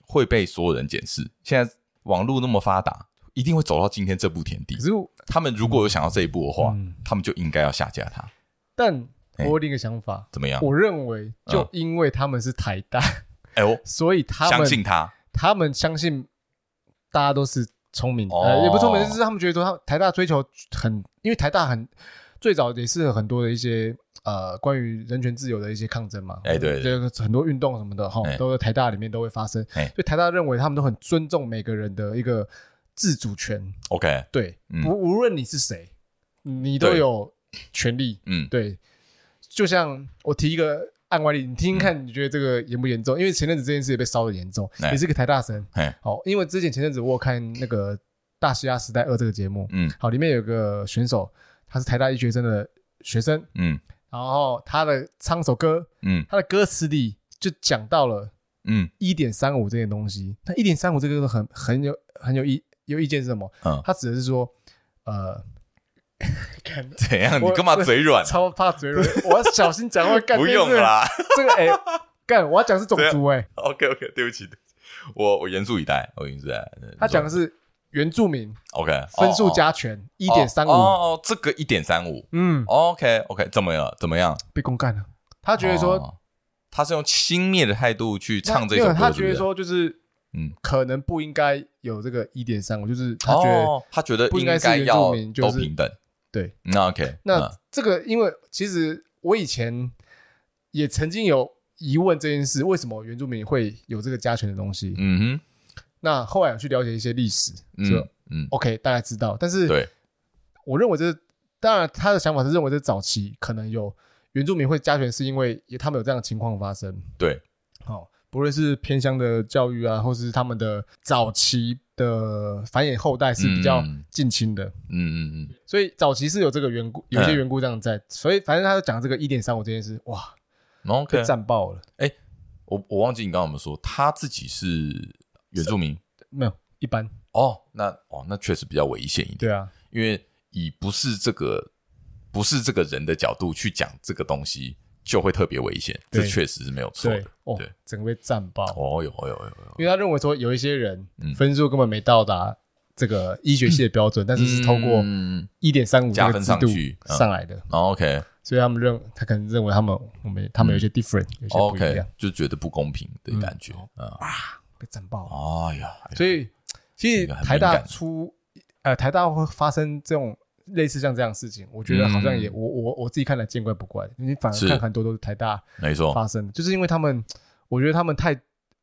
会被所有人检视。现在网络那么发达，一定会走到今天这步田地
可。是我
他们如果有想到这一步的话，
嗯
他们就应该要下架他。
但我
哎
有另一个想法，
怎么样？
我认为就因为他们是台大，
哎呦，
所以他
相
们
信他，
他们相信大家都是聪明，
哦
呃，也不是聪明，就是他们觉得说他台大追求很，因为台大很最早也是很多的一些呃关于人权自由的一些抗争嘛，
哎对
这个很多运动什么的哈
哎，
都在台大里面都会发生，
哎
所以台大认为他们都很尊重每个人的一个自主权，
OK，
对，
嗯
不无论你是谁，你都
对
有权利，
嗯，
对，就像我提一个案外例，你听听看，你觉得这个严不严重？因为前阵子这件事也被烧的严重，
嗯哎
也是个台大生
哎。
好，因为之前前阵子我有看那个《大西亚时代二》这个节目，
嗯
好，里面有个选手，他是台大医学生的学生，
嗯
然后他的唱首歌，
嗯
他的歌词里就讲到了
嗯
一点三五这件东西。那一点三五这个很很有很有意有意见是什么？
嗯，
他指的是说，呃，看
怎样？你
我
干嘛嘴软？
超怕嘴软，我要小心 讲话。 干
哎不用，啦。
这个这个哎，干我要讲是种族哎，
OK OK，对不起，对不起我我严肃以待，我严肃以待。你
他
说
讲的是原住民
OK 哦
分数
哦
加权一点三五
哦，哦，这个一点三五
嗯，
，OK OK，怎么样？怎么样？
被公干了。他
他
觉得说，
他是用轻蔑的态度去唱哦这
没
首
有
歌，
他
是不
觉得
是
说就是
嗯
嗯，可能不应该有这个一点三五，就是他觉得
哦他觉得
不应该是原
要
住民就
都
是
平等。
对，
那 OK，
那
嗯
这个，因为其实我以前也曾经有疑问这件事，为什么原住民会有这个加权的东西？
嗯哼，
那后来有去了解一些历史，就
嗯嗯，
OK 大概知道，但是
对，
我认为这是当然他的想法是认为这早期可能有原住民会加权，是因为也他们有这样的情况发生。
对，
好、不论是偏乡的教育啊，或是他们的早期的繁衍后代是比较
嗯
近亲的，
嗯嗯嗯，
所以早期是有这个缘故，有一些缘故这样在。所以反正他就讲这个一点三五这件事，哇，
然后
被
OK，
战爆了，
我我忘记你刚刚有没有说他自己是原住民
没有一般，
哦，那哦那确实比较危险一点，
对啊，
因为以不是这个不是这个人的角度去讲这个东西，就会特别危险，这
对
确实是没有错
对
的。，
哦
对，
整个被战爆，
哦哟哦哟哦哟，
因为他认为说有一些人
嗯
分数根本没到达这个医学系的标准，但是是透过
嗯
一点三五
加分上去嗯
上来的，
哦 OK
所以他们认他可能认为他们我们他们有一些 different，、有些不一
嗯哦 OK，
样，
就觉得不公平的感觉啊！
被战爆了。
哎呀，哎呀
所以其实
这个很
台
敏
大
感
出呃台大会发生这种类似像这样的事情，我觉得好像也、
嗯
我我我自己看来见怪不怪，你反而
是哦
看很多都是台大
没错，
发生的，就是因为他们我觉得他们太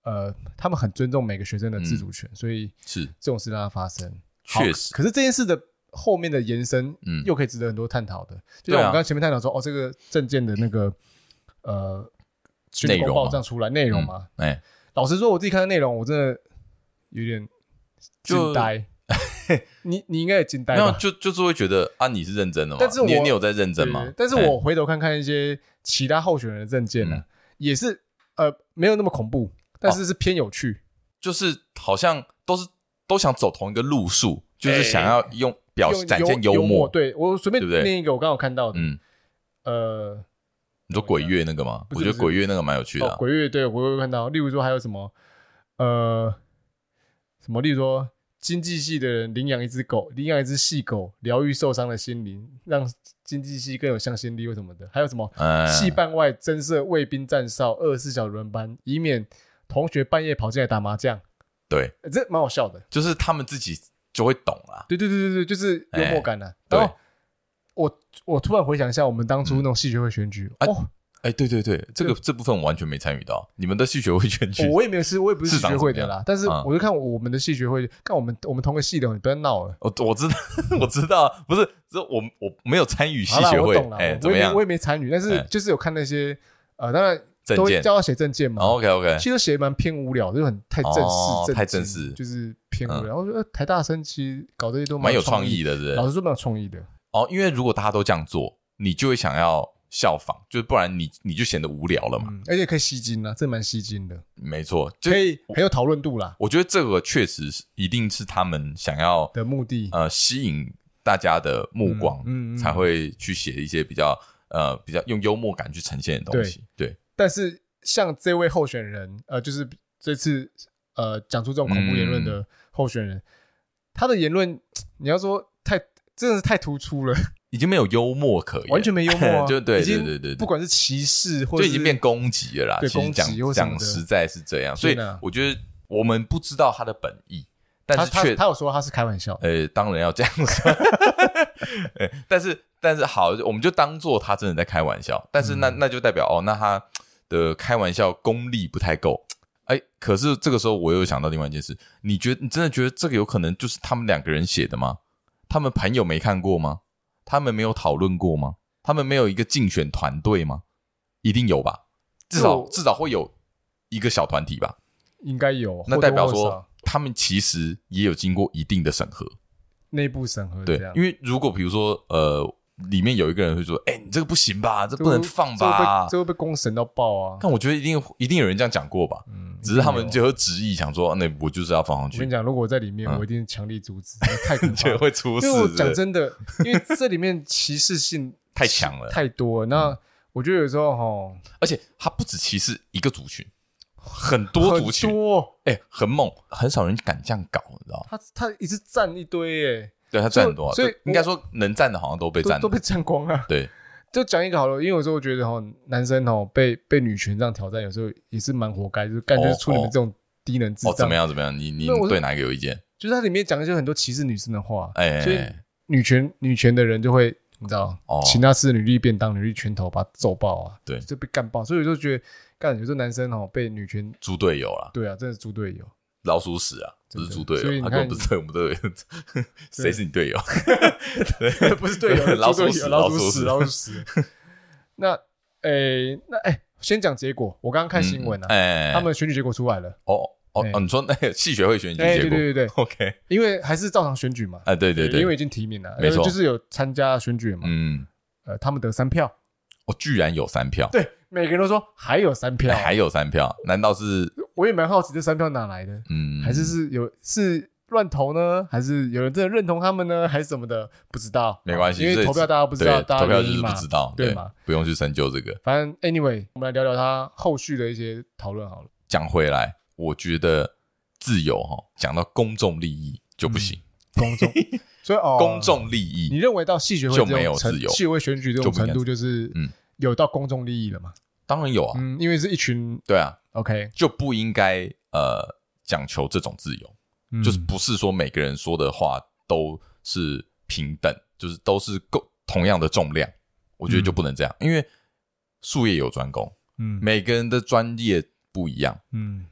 呃他们很尊重每个学生的自主权，所以
是
这种事让它发生。好
确实，
可是这件事的后面的延伸，
嗯
又可以值得很多探讨的。就像
对啊
我们刚刚前面探讨说，哦，这个证件的那个呃
内
宣
容
公报
吗
这样出来内容嘛，
哎，
老实说，我自己看的内容，我真的有点
就
惊 呆。你你应该也惊呆
没有
吧？
就就是会觉得啊，你是认真的吗？
但是我
你你有在认真吗
对？但是
哎
我回头看看一些其他候选人的证件呢、啊
嗯哦
也是呃没有那么恐怖，但是是偏有趣。
就是好像都是都想走同一个路数，就是想要用表
哎用
展现
幽
幽默。
对我随便
对不对
念一个，我刚好看到的，
嗯，
呃，
你说鬼月那个吗？
不
我
是
觉得鬼月那个蛮有趣的
哦
啊，，
鬼月对我有看到，例如说还有什么呃什么，例如说经济系的人领养一只狗，领养一只细狗，疗愈受伤的心灵，让经济系更有向心力或什么的，还有什么
嗯，
系办外增设卫兵站哨，二十四小时轮班，以免同学半夜跑进来打麻将，
对，
呃这蛮好笑的。
就是他们自己就会懂啊啦。
对对对对对，就是幽默感啊。
哎对
然后我我突然回想一下，我们当初那种系学会选举，
啊
哦，
哎，对对对，这个这部分我完全没参与到，你们的系学会选举
哦我我也没有是，我也不是
市
系
长
学会的啦。但是
怎么样嗯
我就看我们的系学会，看我们我们同个系的，你不要闹了。
我我知道， 我知道，不是，这我我没有参与系
好啦
学
我
会
懂，了，
哎，
我
怎
也
么
没
样
我也没参与，但是
哎
就是有看那些呃，当然
证
都会
件哦
叫他写证件嘛。
？OK OK，
其实都写得蛮偏无聊的，就很太正
哦
式，
太
正
正
经
式嗯
就是偏无聊。我觉得台大生其实搞这些都
蛮有
创
创意，的，是不是？
老实说蛮有创意的。
哦，因为如果大家都这样做，你就会想要效仿，就是不然你你就显得无聊了嘛。
嗯，而且可以吸睛啊，这蛮吸睛的，
没错，就
可以很有讨论度啦
我觉得这个确实是一定是他们想要
的目的。
呃吸引大家的目光，
嗯嗯嗯
才会去写一些比较呃比较用幽默感去呈现的东西。对，
但是像这位候选人，呃，就是这次呃讲出这种恐怖言论
嗯
的候选人，他的言论你要说太真的是太突出 了，
已经没有幽默可言，，
完全没幽默、啊
就对
已
对
经
对对对，
不管是歧视或
就
者
已经变攻击了啦。
对
其实
攻击
讲
或什么
讲
的
实在是这样，所以
真的啊
我觉得我们不知道他的本意，但
他
是
他
确
他有说他是开玩笑，
呃，当然要这样 说。呃但是但是好，我们就当做他真的在开玩笑。但是那、
嗯
那就代表哦，那他的开玩笑功力不太够。哎，可是这个时候我又想到另外一件事，你觉得你真的觉得这个有可能就是他们两个人写的吗？他们朋友没看过吗？他们没有讨论过吗？他们没有一个竞选团队吗？一定有吧，至少
就
至少会有一个小团体吧。
应该有，
那
或多
代表
或
说
少
他们其实也有经过一定的审核。
内部审核
对
这样，，
因为如果比如说呃，里面有一个人会说：“哎、你这个不行吧，这不能放
这会
吧
被这。会被公审到爆啊”！
但我觉得一定一定有人这样讲过吧，
嗯，
只是他们
一定有
就会执意想说：“啊那我就是要放上
我跟
去
你，讲，如果我在里面，
嗯
我一定强力阻止，太可怕
就
了。
会出事。
因为我
是不是”
讲真的，因为这里面歧视性
太强了嗯
太多了。那我觉得有时候哈，
而且他不止歧视一个族群，很多
很
族群，
多，
哎、很猛，很少人敢这样搞，你知道吗？
他他一直占一堆耶，
对他
所以
占很多啊，
所以
对应该说能占的好像都被
都
占
都
了，
被占光了。
对，哦
就讲一个好了，因为有时候我觉得哈，男生哈被被女权这样挑战，有时候也是蛮活该，就是干就是出你们这种低能智
哦，怎
障
么。样怎么样？你你
没有我是
对哪一个有意见？
就是它里面讲一些很多歧视女生的话，
哎、哎
所以
哎
女权女权的人就会你知道
哦，
请他吃女力便当、女力拳头，把他揍爆啊，
对
就被干爆。所以我就觉得，干有时候男生哦被女权，
猪队友啦，
对啊，真的是猪队友。
老鼠屎啊，不是猪队
所以你
友，他
看
根本不是我们队友，谁是你队友？
不是队友， 是
老
猪队
鼠屎
友
老
老
鼠屎
屎，老鼠屎。那诶、那诶、先讲结果。我刚刚看新闻啊，
哎，
他们选举结果出来了，
哦哦
哎
哦，你说那个系学会选举
哎、
结
对
果
对对对，
，OK，
因为还是照常选举嘛，
啊，对对对，
因为已经提名了，呃
没错
就是有参加选举嘛，
嗯，
呃，他们得三票，
哦，居然有三票，
对，每个人都说还有三票，
哎还有三票，难道是
我也蛮好奇这三票哪来的，
嗯，
还是是有是乱投呢，还是有人真的认同他们呢，还是怎么的？不知道，
没关系
因
这
为投票大家不知道，
对
大家
投票
原
就
因
是不
嘛
知道，
对
对
嘛？
不用去深究这个。
反正 anyway，我们来聊聊他后续的一些讨论好了。
讲回来，我觉得自由哈，讲到公众利益就不行，
公众，所嗯以哦，
公，众利
你
益
认为到戏学会这
就
种
没有
程
自由
戏学会选举这
就
种
不应该
程度，就是
嗯
有到公众利益了嘛？
当然有啊，
嗯，因为是一群
对啊，
OK，
就不应该呃讲求这种自由。
嗯
就是不是说每个人说的话都是平等，就是都是够同样的重量，我觉得就不能这样，因为术业有专攻，
嗯
每个人的专业不一样。
嗯，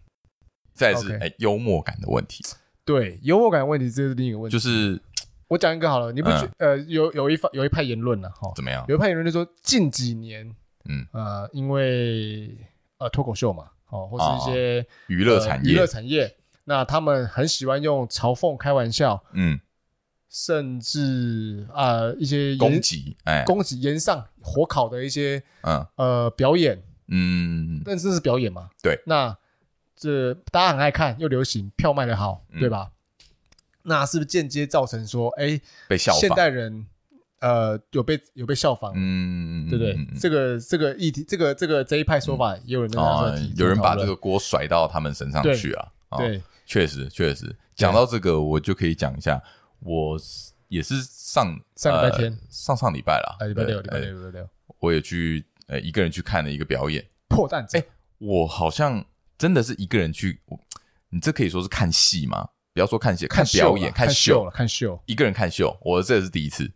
再来是
OK
哎、幽默感的问题，
对，幽默感的问题这是另一个问题。
就是嗯
我讲一个好了，你不觉呃有有一方有一派言论了啊哈，
怎么样？
有一派言论就说近几年，
嗯
呃，因为呃脱口秀嘛，哦，或是一些
娱
呃
乐产
娱
业，
乐产业，那他们很喜欢用嘲讽开玩笑，
嗯，
甚至啊一些言
攻击，哎，
攻击、言上火烤的一些
嗯
呃表演，
嗯，
但这是表演嘛？
对，
那这大家很爱看，又流行，票卖得好，
嗯
对吧？那是不是间接造成说，哎，
被效
现
仿，
代人呃有被有被效仿，
嗯，
对不对？这个这个议题，这个这个这一派说法，也有人在拿出
啊、
来提出讨论，
有人把这个锅甩到他们身上
对
去啊，啊
对，
确实，确实，讲到这个，我就可以讲一下，我也是上
上礼拜
呃
天
上上礼拜啦，
哎，礼拜六，
呃
礼拜六，
呃
礼拜六，
我也去呃一个人去看了一个表演，
破蛋
哎
者，
我好像真的是一个人去，我你这可以说是看戏吗？不要说看戏，看
秀
表
啦
演，
看
秀，
了，看秀
一个人看秀，我这也是第一次，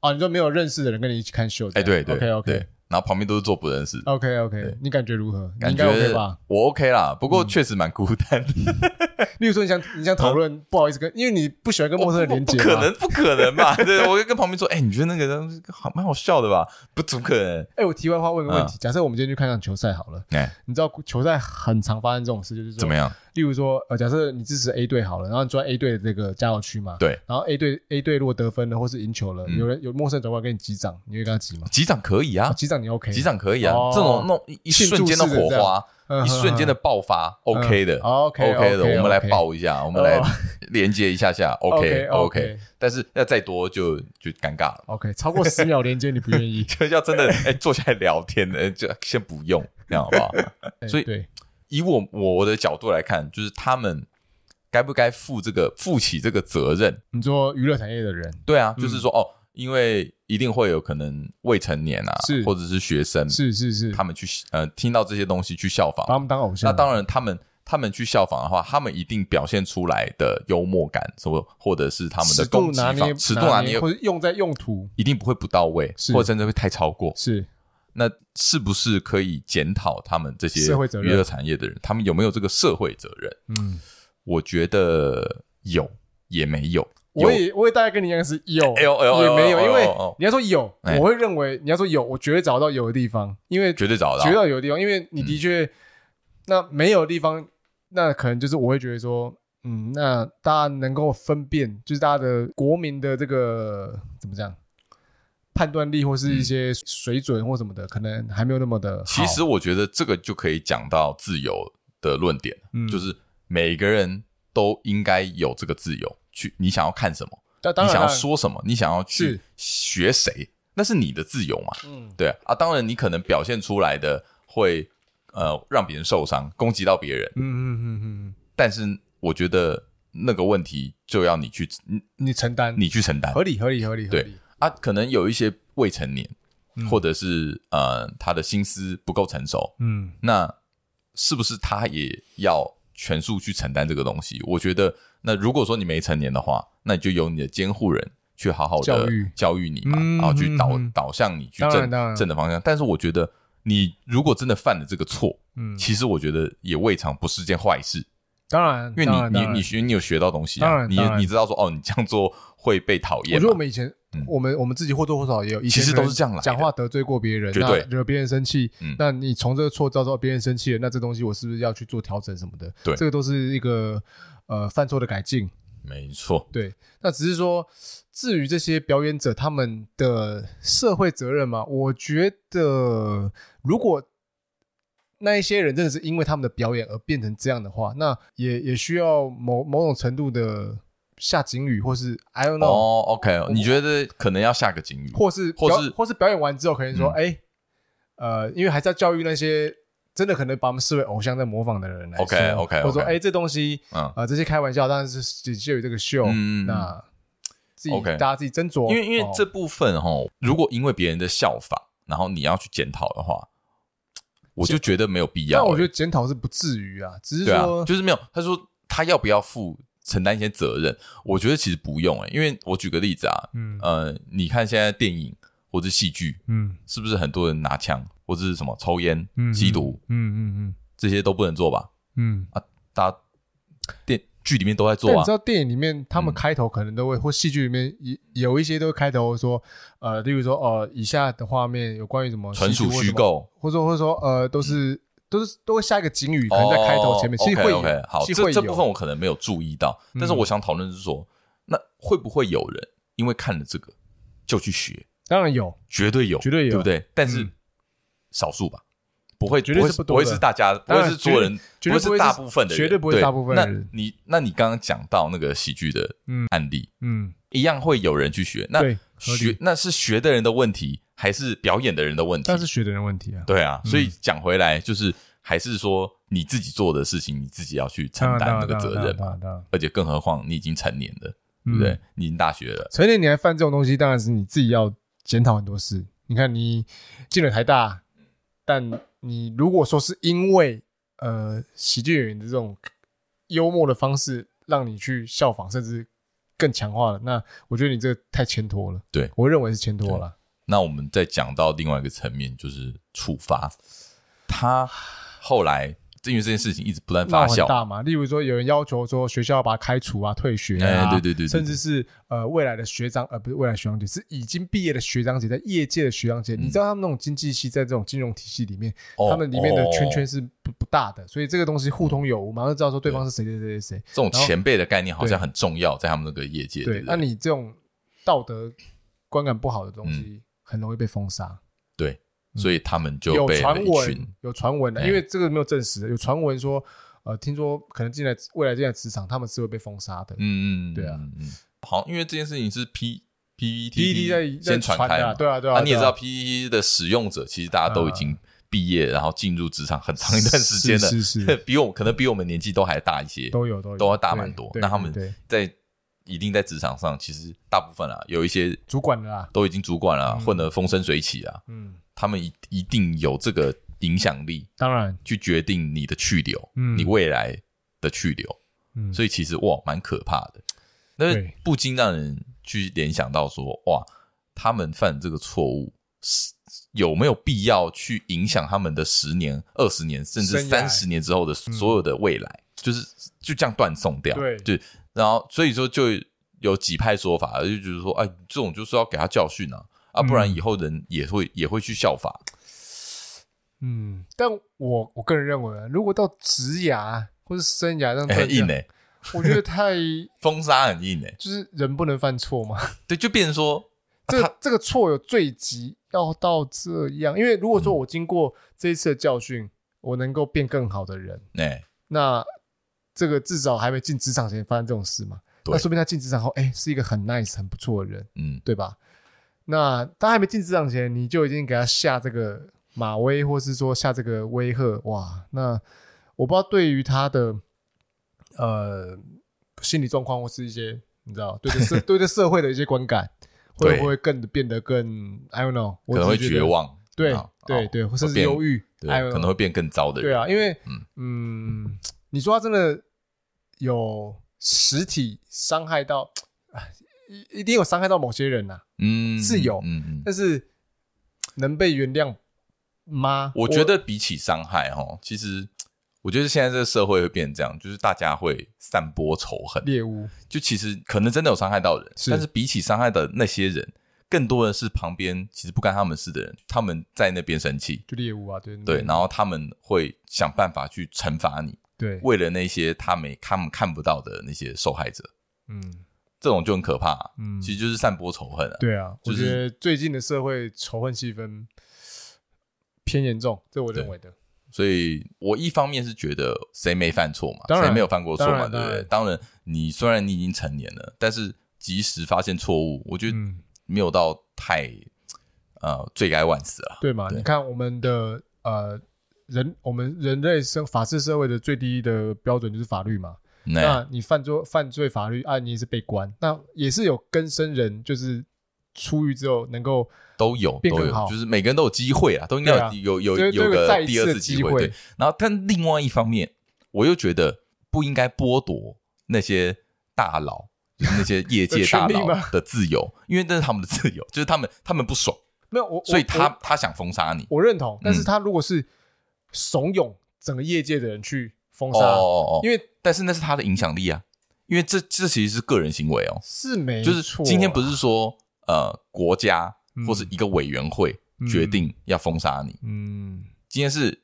啊！你说没有认识的人跟你一起看秀，
哎，对对
，OK OK
对然后旁边都是做不认识，
OK OK，你感觉如何？你哦
感
应该
觉
OK 吧？嗯
我 OK 啦，不过确实蛮孤单的，
例如说，你想你想讨论，不好意思跟，因为你不喜欢跟陌生人连
嗯不
接，
可能，。不可能吧？ 对，我就跟旁边说，哎，你觉得那个东西好蛮好笑的吧？不，怎么可 能？
哎，我题外话问个问题，假设我们今天去看场球赛好了，
嗯哎，
你知道球赛很常发生这种事，就是说
怎么？样？
例如说，呃，假设你支持 A 队好了，然后你坐在 A 队的这个加油区嘛，
对，
然后 A 队 A 队如果得分了或是赢球了，
嗯
有人有陌生人转过来跟你击掌，你会跟他击吗？
击掌可以啊
啊，击掌你 OK，
击掌可以啊
哦，
这种那种一一
庆祝
瞬间的
式的
火
这样
花，
嗯
一瞬间的爆发
嗯
，OK 的
哦，OK，
，OK 的，
OK，
我们来
OK
爆一下，我们来
哦
连接一 下下
OK，
，OK，OK
OK。
但是要再多就就尴尬了，，
OK，超过十秒连接你不愿意
就要 真的哎坐下来聊天的，哎就先不用，这样好 不好？
哎
所以
对，
以我我的角度来看，就是他们该不该负这个负起这个责任？
你做娱乐产业的人
对啊，就是说哦，因为一定会有可能未成年啊
是，
或者是学生，
是是是，
他们去呃听到这些东西去效仿
把，他们当偶像，
那当然，他们他们去效仿的话，他们一定表现出来的幽默感，或或者是他们的
尺
攻
度
击
拿捏
方，尺度拿捏
或者用在用途
一定不会不到位，
是
或者甚至会太超过。
是
那是不是可以检讨他们这些
社会责
娱
任
乐产业的人，他们有没有这个社会责任？
嗯，
我觉得有，也没有。
我
有
也我也大概跟你一样是有，
哎呦哎呦哎呦
也没有，
哎
因
呦哎
为
呦哎呦
你要说有，
哎
我会认为你要说有，我绝对找到有的地方，因为
绝对找得
绝
到，嗯
对有的地方，因为你的确、那没有的地方，那可能就是我会觉得说，嗯，那大家能够分辨，就是大家的国民的这个怎么讲判断力或是一些水准或什么的，可能还没有那么的好。
嗯其实我觉得这个就可以讲到自由的论点，
嗯
就是每个人都应该有这个自由，去你想要看什么，
但当
你
然
想要
当然
说什么，你想要去
是
学谁，那是你的自由嘛。
嗯，
对啊啊，当然你可能表现出来的会呃让别人受伤，攻击到别人，
嗯嗯嗯嗯嗯，
但是我觉得那个问题就要你去你
你承担，
你去承担
合理合理合理合
对
理，
啊。可能有一些未成年，
嗯
或者是呃他的心思不够成熟，
嗯
那是不是他也要全数去承担这个东西？我觉得，那如果说你没成年的话，那你就由你的监护人去好好的
教育
教育你嘛，
嗯
然后去导、
嗯嗯
导向你去
当然
正
当然
正的方向。但是我觉得，你如果真的犯了这个错，
嗯，
其实我觉得也未尝不是件坏事，
当然，
因为
当然
你
当
你
然
你学你有学到东西
当
啊，
然
你
当然
你知道说哦，你这样做会被讨
我
厌
觉
嘛
得我，们以前
嗯，
我们我们自己或多或少也有，以前
其实
可能
都是这样来的
讲话得罪过别人，
绝对
那惹别人生气
嗯。
那你从这个错遭到别人生气了，那这东西我是不是要去做调整什么的？
对
这个都是一个呃犯错的改进。
没错，
对，那只是说，至于这些表演者他们的社会责任嘛，我觉得如果那一些人真的是因为他们的表演而变成这样的话，那也也需要某某种程度的下警语，或是 I don't know，、
哦，OK，你觉得可能要下个警语？
或是
或
表
是嗯
或是表演完之后，可能说，哎、呃，因为还是要教育那些真的可能把我们视为偶像在模仿的人来说
OK，OK，OK
或者说，哎、这东西，
嗯，
呃，这些开玩笑，当然是仅限于这个秀，
嗯嗯嗯
那自己
OK
大家自己斟酌，
因为因为
哦
这部分哈，如果因为别人的效法，然后你要去检讨的话，我就觉得没有必要、
但我
欸
觉得检讨是不至于啊，只是
对啊
说，，
就是没有。他说他要不要负承担一些责任？我觉得其实不用哎、因为我举个例子啊，
嗯
呃，你看现在电影或者戏剧，
嗯
是不是很多人拿枪或者是什么抽烟、
嗯
吸毒
嗯嗯
这些都不能做吧？
嗯嗯。
大家电剧里面都在做
但你
啊
知，道电影里面，他们
嗯
开头可能都会，或戏剧里面也有一些都会开头说，呃，例如说，呃，以下的画面有关于什么
纯
吸
属
毒或
虚
什么
构。
或者说或者说呃，都是、
嗯
都是都会下一个警语，可能在开头前面，其实会有
o k o k 哦好，
其实会
这
有嗯
这部分我可能没有注意到，但是我想讨论是说，那会不会有人因为看了这个就去学？
当然有，
绝对有，
绝对有
对不对？但是
嗯
少数吧，不会，
绝对
不
是
会
不
不
多的
会是大家，不
当
会
然
是所有人，
绝对
会
绝对不会是
大部分的人，
绝对不会是
对
大部分的人
那你那你刚刚讲到那个喜剧的
嗯
案例，
嗯，
一样会有人去学，那
对，合
学
理，
那是学的人的问题，还是表演的人的问题
但？是学的人问题啊，
对啊，所以讲回来，就是还是说你自己做的事情，你自己要去承
当然
担那个责
当然
任
当
嘛。
然当然，嗯
而且更何况你已经成年了，
对
对不对？？你已经大学了，
成年你还犯这种东西，当然是你自己要检讨很多事。你看，你进了台大，但你如果说是因为呃喜剧演员的这种幽默的方式让你去效仿，甚至更强化了，那我觉得你这个太牵拖了。
对
我认为是牵拖了。
那我们再讲到另外一个层面，就是处罚。他后来因为这件事情一直不断
闹
发
很
酵，
大嘛。例如说，有人要求说学校要把他开除啊、退学
哎
啊，
对对对对
甚至是呃未来的学长，呃不是未来学长姐，是已经毕业的学长姐，在业界的学长
嗯
姐，你知道他们那种经济系在这种金融体系里面，
哦
他们里面的圈圈
哦
是不不大的，所以这个东西互通有无，马上知道说对方是谁谁谁谁谁。
这种前辈的概念好像很重要，在他们那个业界。对
对，
不
那
对，
你这种道德观感不好的东西，很容易被封杀。
对，所以他们嗯就
嗯有
被了
传
一群
闻，有传闻的，
哎
因为这个没有证实，有传闻说，呃，听说可能进来未来进来职场，他们是会被封杀的。
嗯嗯，
对啊
嗯，嗯好，因为这件事情是 P P E T
PPT 在
先
在
传
传
开
的啊
嘛
对啊对啊对
啊，
啊
你也知道 P T 的使用者其实大家都已经毕业，然后进入职场很长一段时间
是
了，
是是
比我们可能比我们年纪都还大一些，
都有都有
都要大蛮多。
对对
那他们
对对
在一定在职场上，其实大部分啊，有一些
主管的啦，
都已经主管了，
嗯
混得风生水起啊，
嗯，
他们一一定有这个影响力
当然，
去决定你的去留，
嗯
你未来的去留。
嗯，
所以其实哇，蛮可怕的。那
对
不禁让人去联想到说，哇，他们犯这个错误是有没有必要去影响他们的十年、二十年，甚至
生涯嗯
三十年之后的所有的未来？就是就这样断送掉，
对
就然后所以说就有几派说法，就觉得说，哎，这种就是要给他教训啊，啊，不然
嗯
以后人也会、也会去效法。
嗯，但我我个人认为啊，如果到职涯或是生涯上，
哎很硬哎、
我觉得太
封杀很硬哎、
就是人不能犯错嘛。
对，就变成说，
这这个错有罪及要到这样，因为如
嗯
果说我经过这一次的教训，我能够变更好的人，
哎、
那这个至少还没进职场前发生这种事嘛。
对
那说明他进职场后，哎，是一个很 nice、很不错的人，
嗯，
对吧？那他还没进职场前，你就已经给他下这个马威，或是说下这个威吓，哇！那我不知道对于他的呃心理状况，或是一些你知道对这 社对这社会的一些观感，会
对
不会更变得更 I don't know，我
可能会
只是觉
绝
得，
望，
对
啊
对
哦
对，或
会
甚至
变
忧郁
对
，I don't，know，
可能会变更糟的
哎
人。
对啊，因为
嗯
嗯，你说他真的有实体伤害到， 哎一一定有伤害到某些人啊呐、
嗯
是有
嗯嗯。
但是能被原谅吗？
我觉得比起伤害哈，其实我觉得现在这个社会会变成这样，就是大家会散播仇恨，
猎物
就其实可能真的有伤害到人，
是
但是比起伤害的那些人，更多的是旁边其实不干他们事的人，他们在那边生气，
就猎物啊，对
对，然后他们会想办法去惩罚你，
对，
为了那些他没他们看不到的那些受害者，
嗯
这种就很可怕、啊
嗯，
其实就是散播仇恨啊。
对啊，
就
我
是
觉得最近的社会仇恨气氛偏严重，这我认为的，
所以我一方面是觉得谁没犯错嘛，
当然
谁没有犯过错嘛，
当然
对不对？
当然
当然，你虽然你已经成年了，但是及时发现错误，我觉得
嗯，
没有到太、呃罪该万死啊。
对嘛？
对
你看我们的呃人，我们人类生法治社会的最低的标准就是法律嘛，
那
那你犯罪犯罪法律案你也是被关，那也是有更生人就是出狱之后能够
都有
变
都
更
有
好，
就是每个人都有机会啊，都应该有、
对啊
有有
都有
有
都有再
个
一
第
次
二
的
次
机
机会。
会
对，然后但另外一方面，我又觉得不应该剥夺那些大佬，就是那些业 界
的权
大
利
佬
吗
的自由，因为那是他们的自由，就是他们他们不爽，
没有我，
所以
我
他他想封杀你。
我我认同，但
嗯
是他如果是怂恿整个业界的人去封杀，
哦哦哦，
因为
但是那是他的影响力啊，因为这这其实是个人行为哦，
是没
就是
错，啊
今天不是说呃国家
嗯
或是一个委员会
嗯
决定要封杀你，
嗯
今天是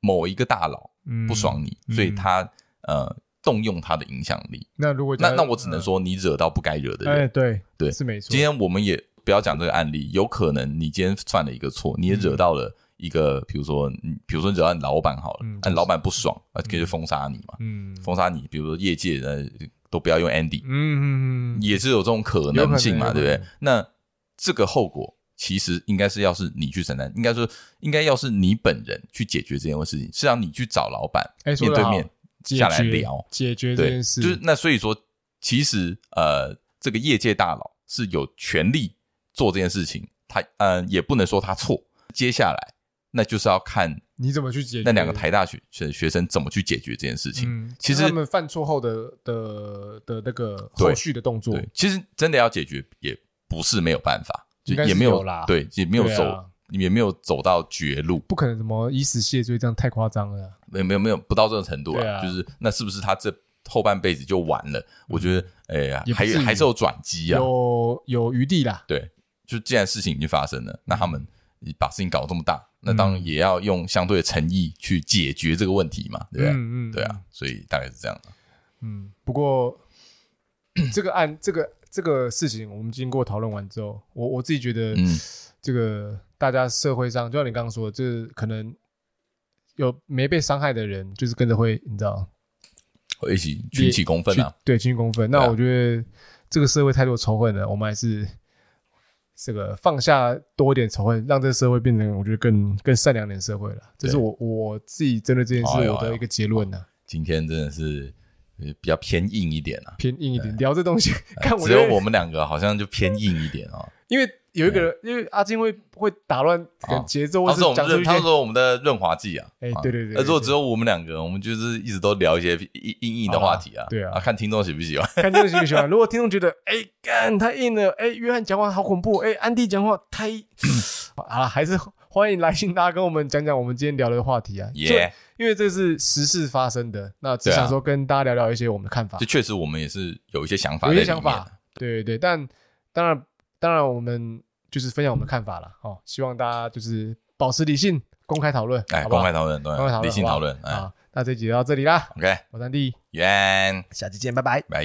某一个大佬
嗯
不爽你，
嗯
所以他呃动用他的影响力，
那如果假
那
设
那我只能，说你惹到不该惹
嗯
的
呃哎
人。
对
对
是没错，
今天我们也不要讲这个案例，有可能你今天犯了一个错，你也
嗯
惹到了一个，比如说，嗯比如说惹到你老板好了
嗯，
按老板不爽，啊，可以就封杀你嘛。
嗯
封杀你，比如说业界呃都不要用 Andy，、
嗯嗯嗯
也是有这种可能性嘛，
有可能
对不
有
对
可能？
那这个后果其实应该是要是你去承担，应该说应该要是你本人去解决这件事情，是让你去找老板、
哎说
面
得
对
好
面
解
下来
决
聊，
解决这
对，
件事，
就是那所以说，其实呃，这个业界大佬是有权利做这件事情，他嗯、呃、也不能说他错，接下来那就是要看
你怎么去解决
那两个台大学学学生怎么去解决这件事情。
嗯，
其实
他们犯错后的的的那个
对
后续的动作
对，，其实真的要解决也不是没有办法，就
应该是
也没有
有啦
对，也没有
对啊
走，也没有走到绝路，
不可能什么以死谢罪，这样太夸张了啊。
没有没有没有不到这种程度
对
啊，
啊
就是那是不是他这后半辈子就完了？我觉得，哎呀，
也不
还有
至于
还是有转机啊。
有有余地啦。
对，就既然事情已经发生了，那他们把事情搞这么大，那
嗯
当然也要用相对的诚意去解决这个问题嘛，对不对？
嗯
对啊，，所以大概是这样。
嗯。不过 这个案，这个这个事情，我们经过讨论完之后，我我自己觉得，
嗯
这个大家社会上，就像你刚刚说的，这可能有没被伤害的人，就是跟着会，你知道，
一起群起公愤
去
啊！
对，群起公愤。那
对啊
我觉得这个社会太多仇恨了，我们还是。这个放下多一点仇恨，让这个社会变成我觉得更更善良一点的社会了。这是
对
我我自己针对这件
哎
事
呦
我
哎呦
的一个结论啊呢、
今天真的是呃比较偏硬一点啊。
偏硬一点聊这东西，看我
哎只
觉
有
得
我们两个好像就偏硬一点哦。
因为有一个人，因为阿金会会打乱可能节奏，或
他
是
说我
讲出
们
一
哦他
些
说我们的润滑剂啊，
哎
啊
对对对对
呃如果只有我们两个，我们就是一直都聊一些硬硬硬的话题啊
啊，对啊
看听众喜不 喜欢。
看听众喜不喜欢。如果听众觉得哎干太硬了，哎约翰讲话好恐怖，哎安迪讲话 太好了，还是欢迎来信大家跟我们讲讲我们今天聊的话题啊。就
耶，
因为这是时事发生的，那只
对啊
想说跟大家聊聊一些我们的看法
这，确实我们也是有一些想法，
有一些想法。。对对对，但当然当然我们就是分享我们的看法了哦，希望大家就是保持理性，公开讨论，
哎，
好不好
公开讨论，对
公开讨论
理性讨论。
好不好
哎
啊，那这集就到这里啦，
，OK，
我是安迪，
元，
下期见，拜拜。
拜。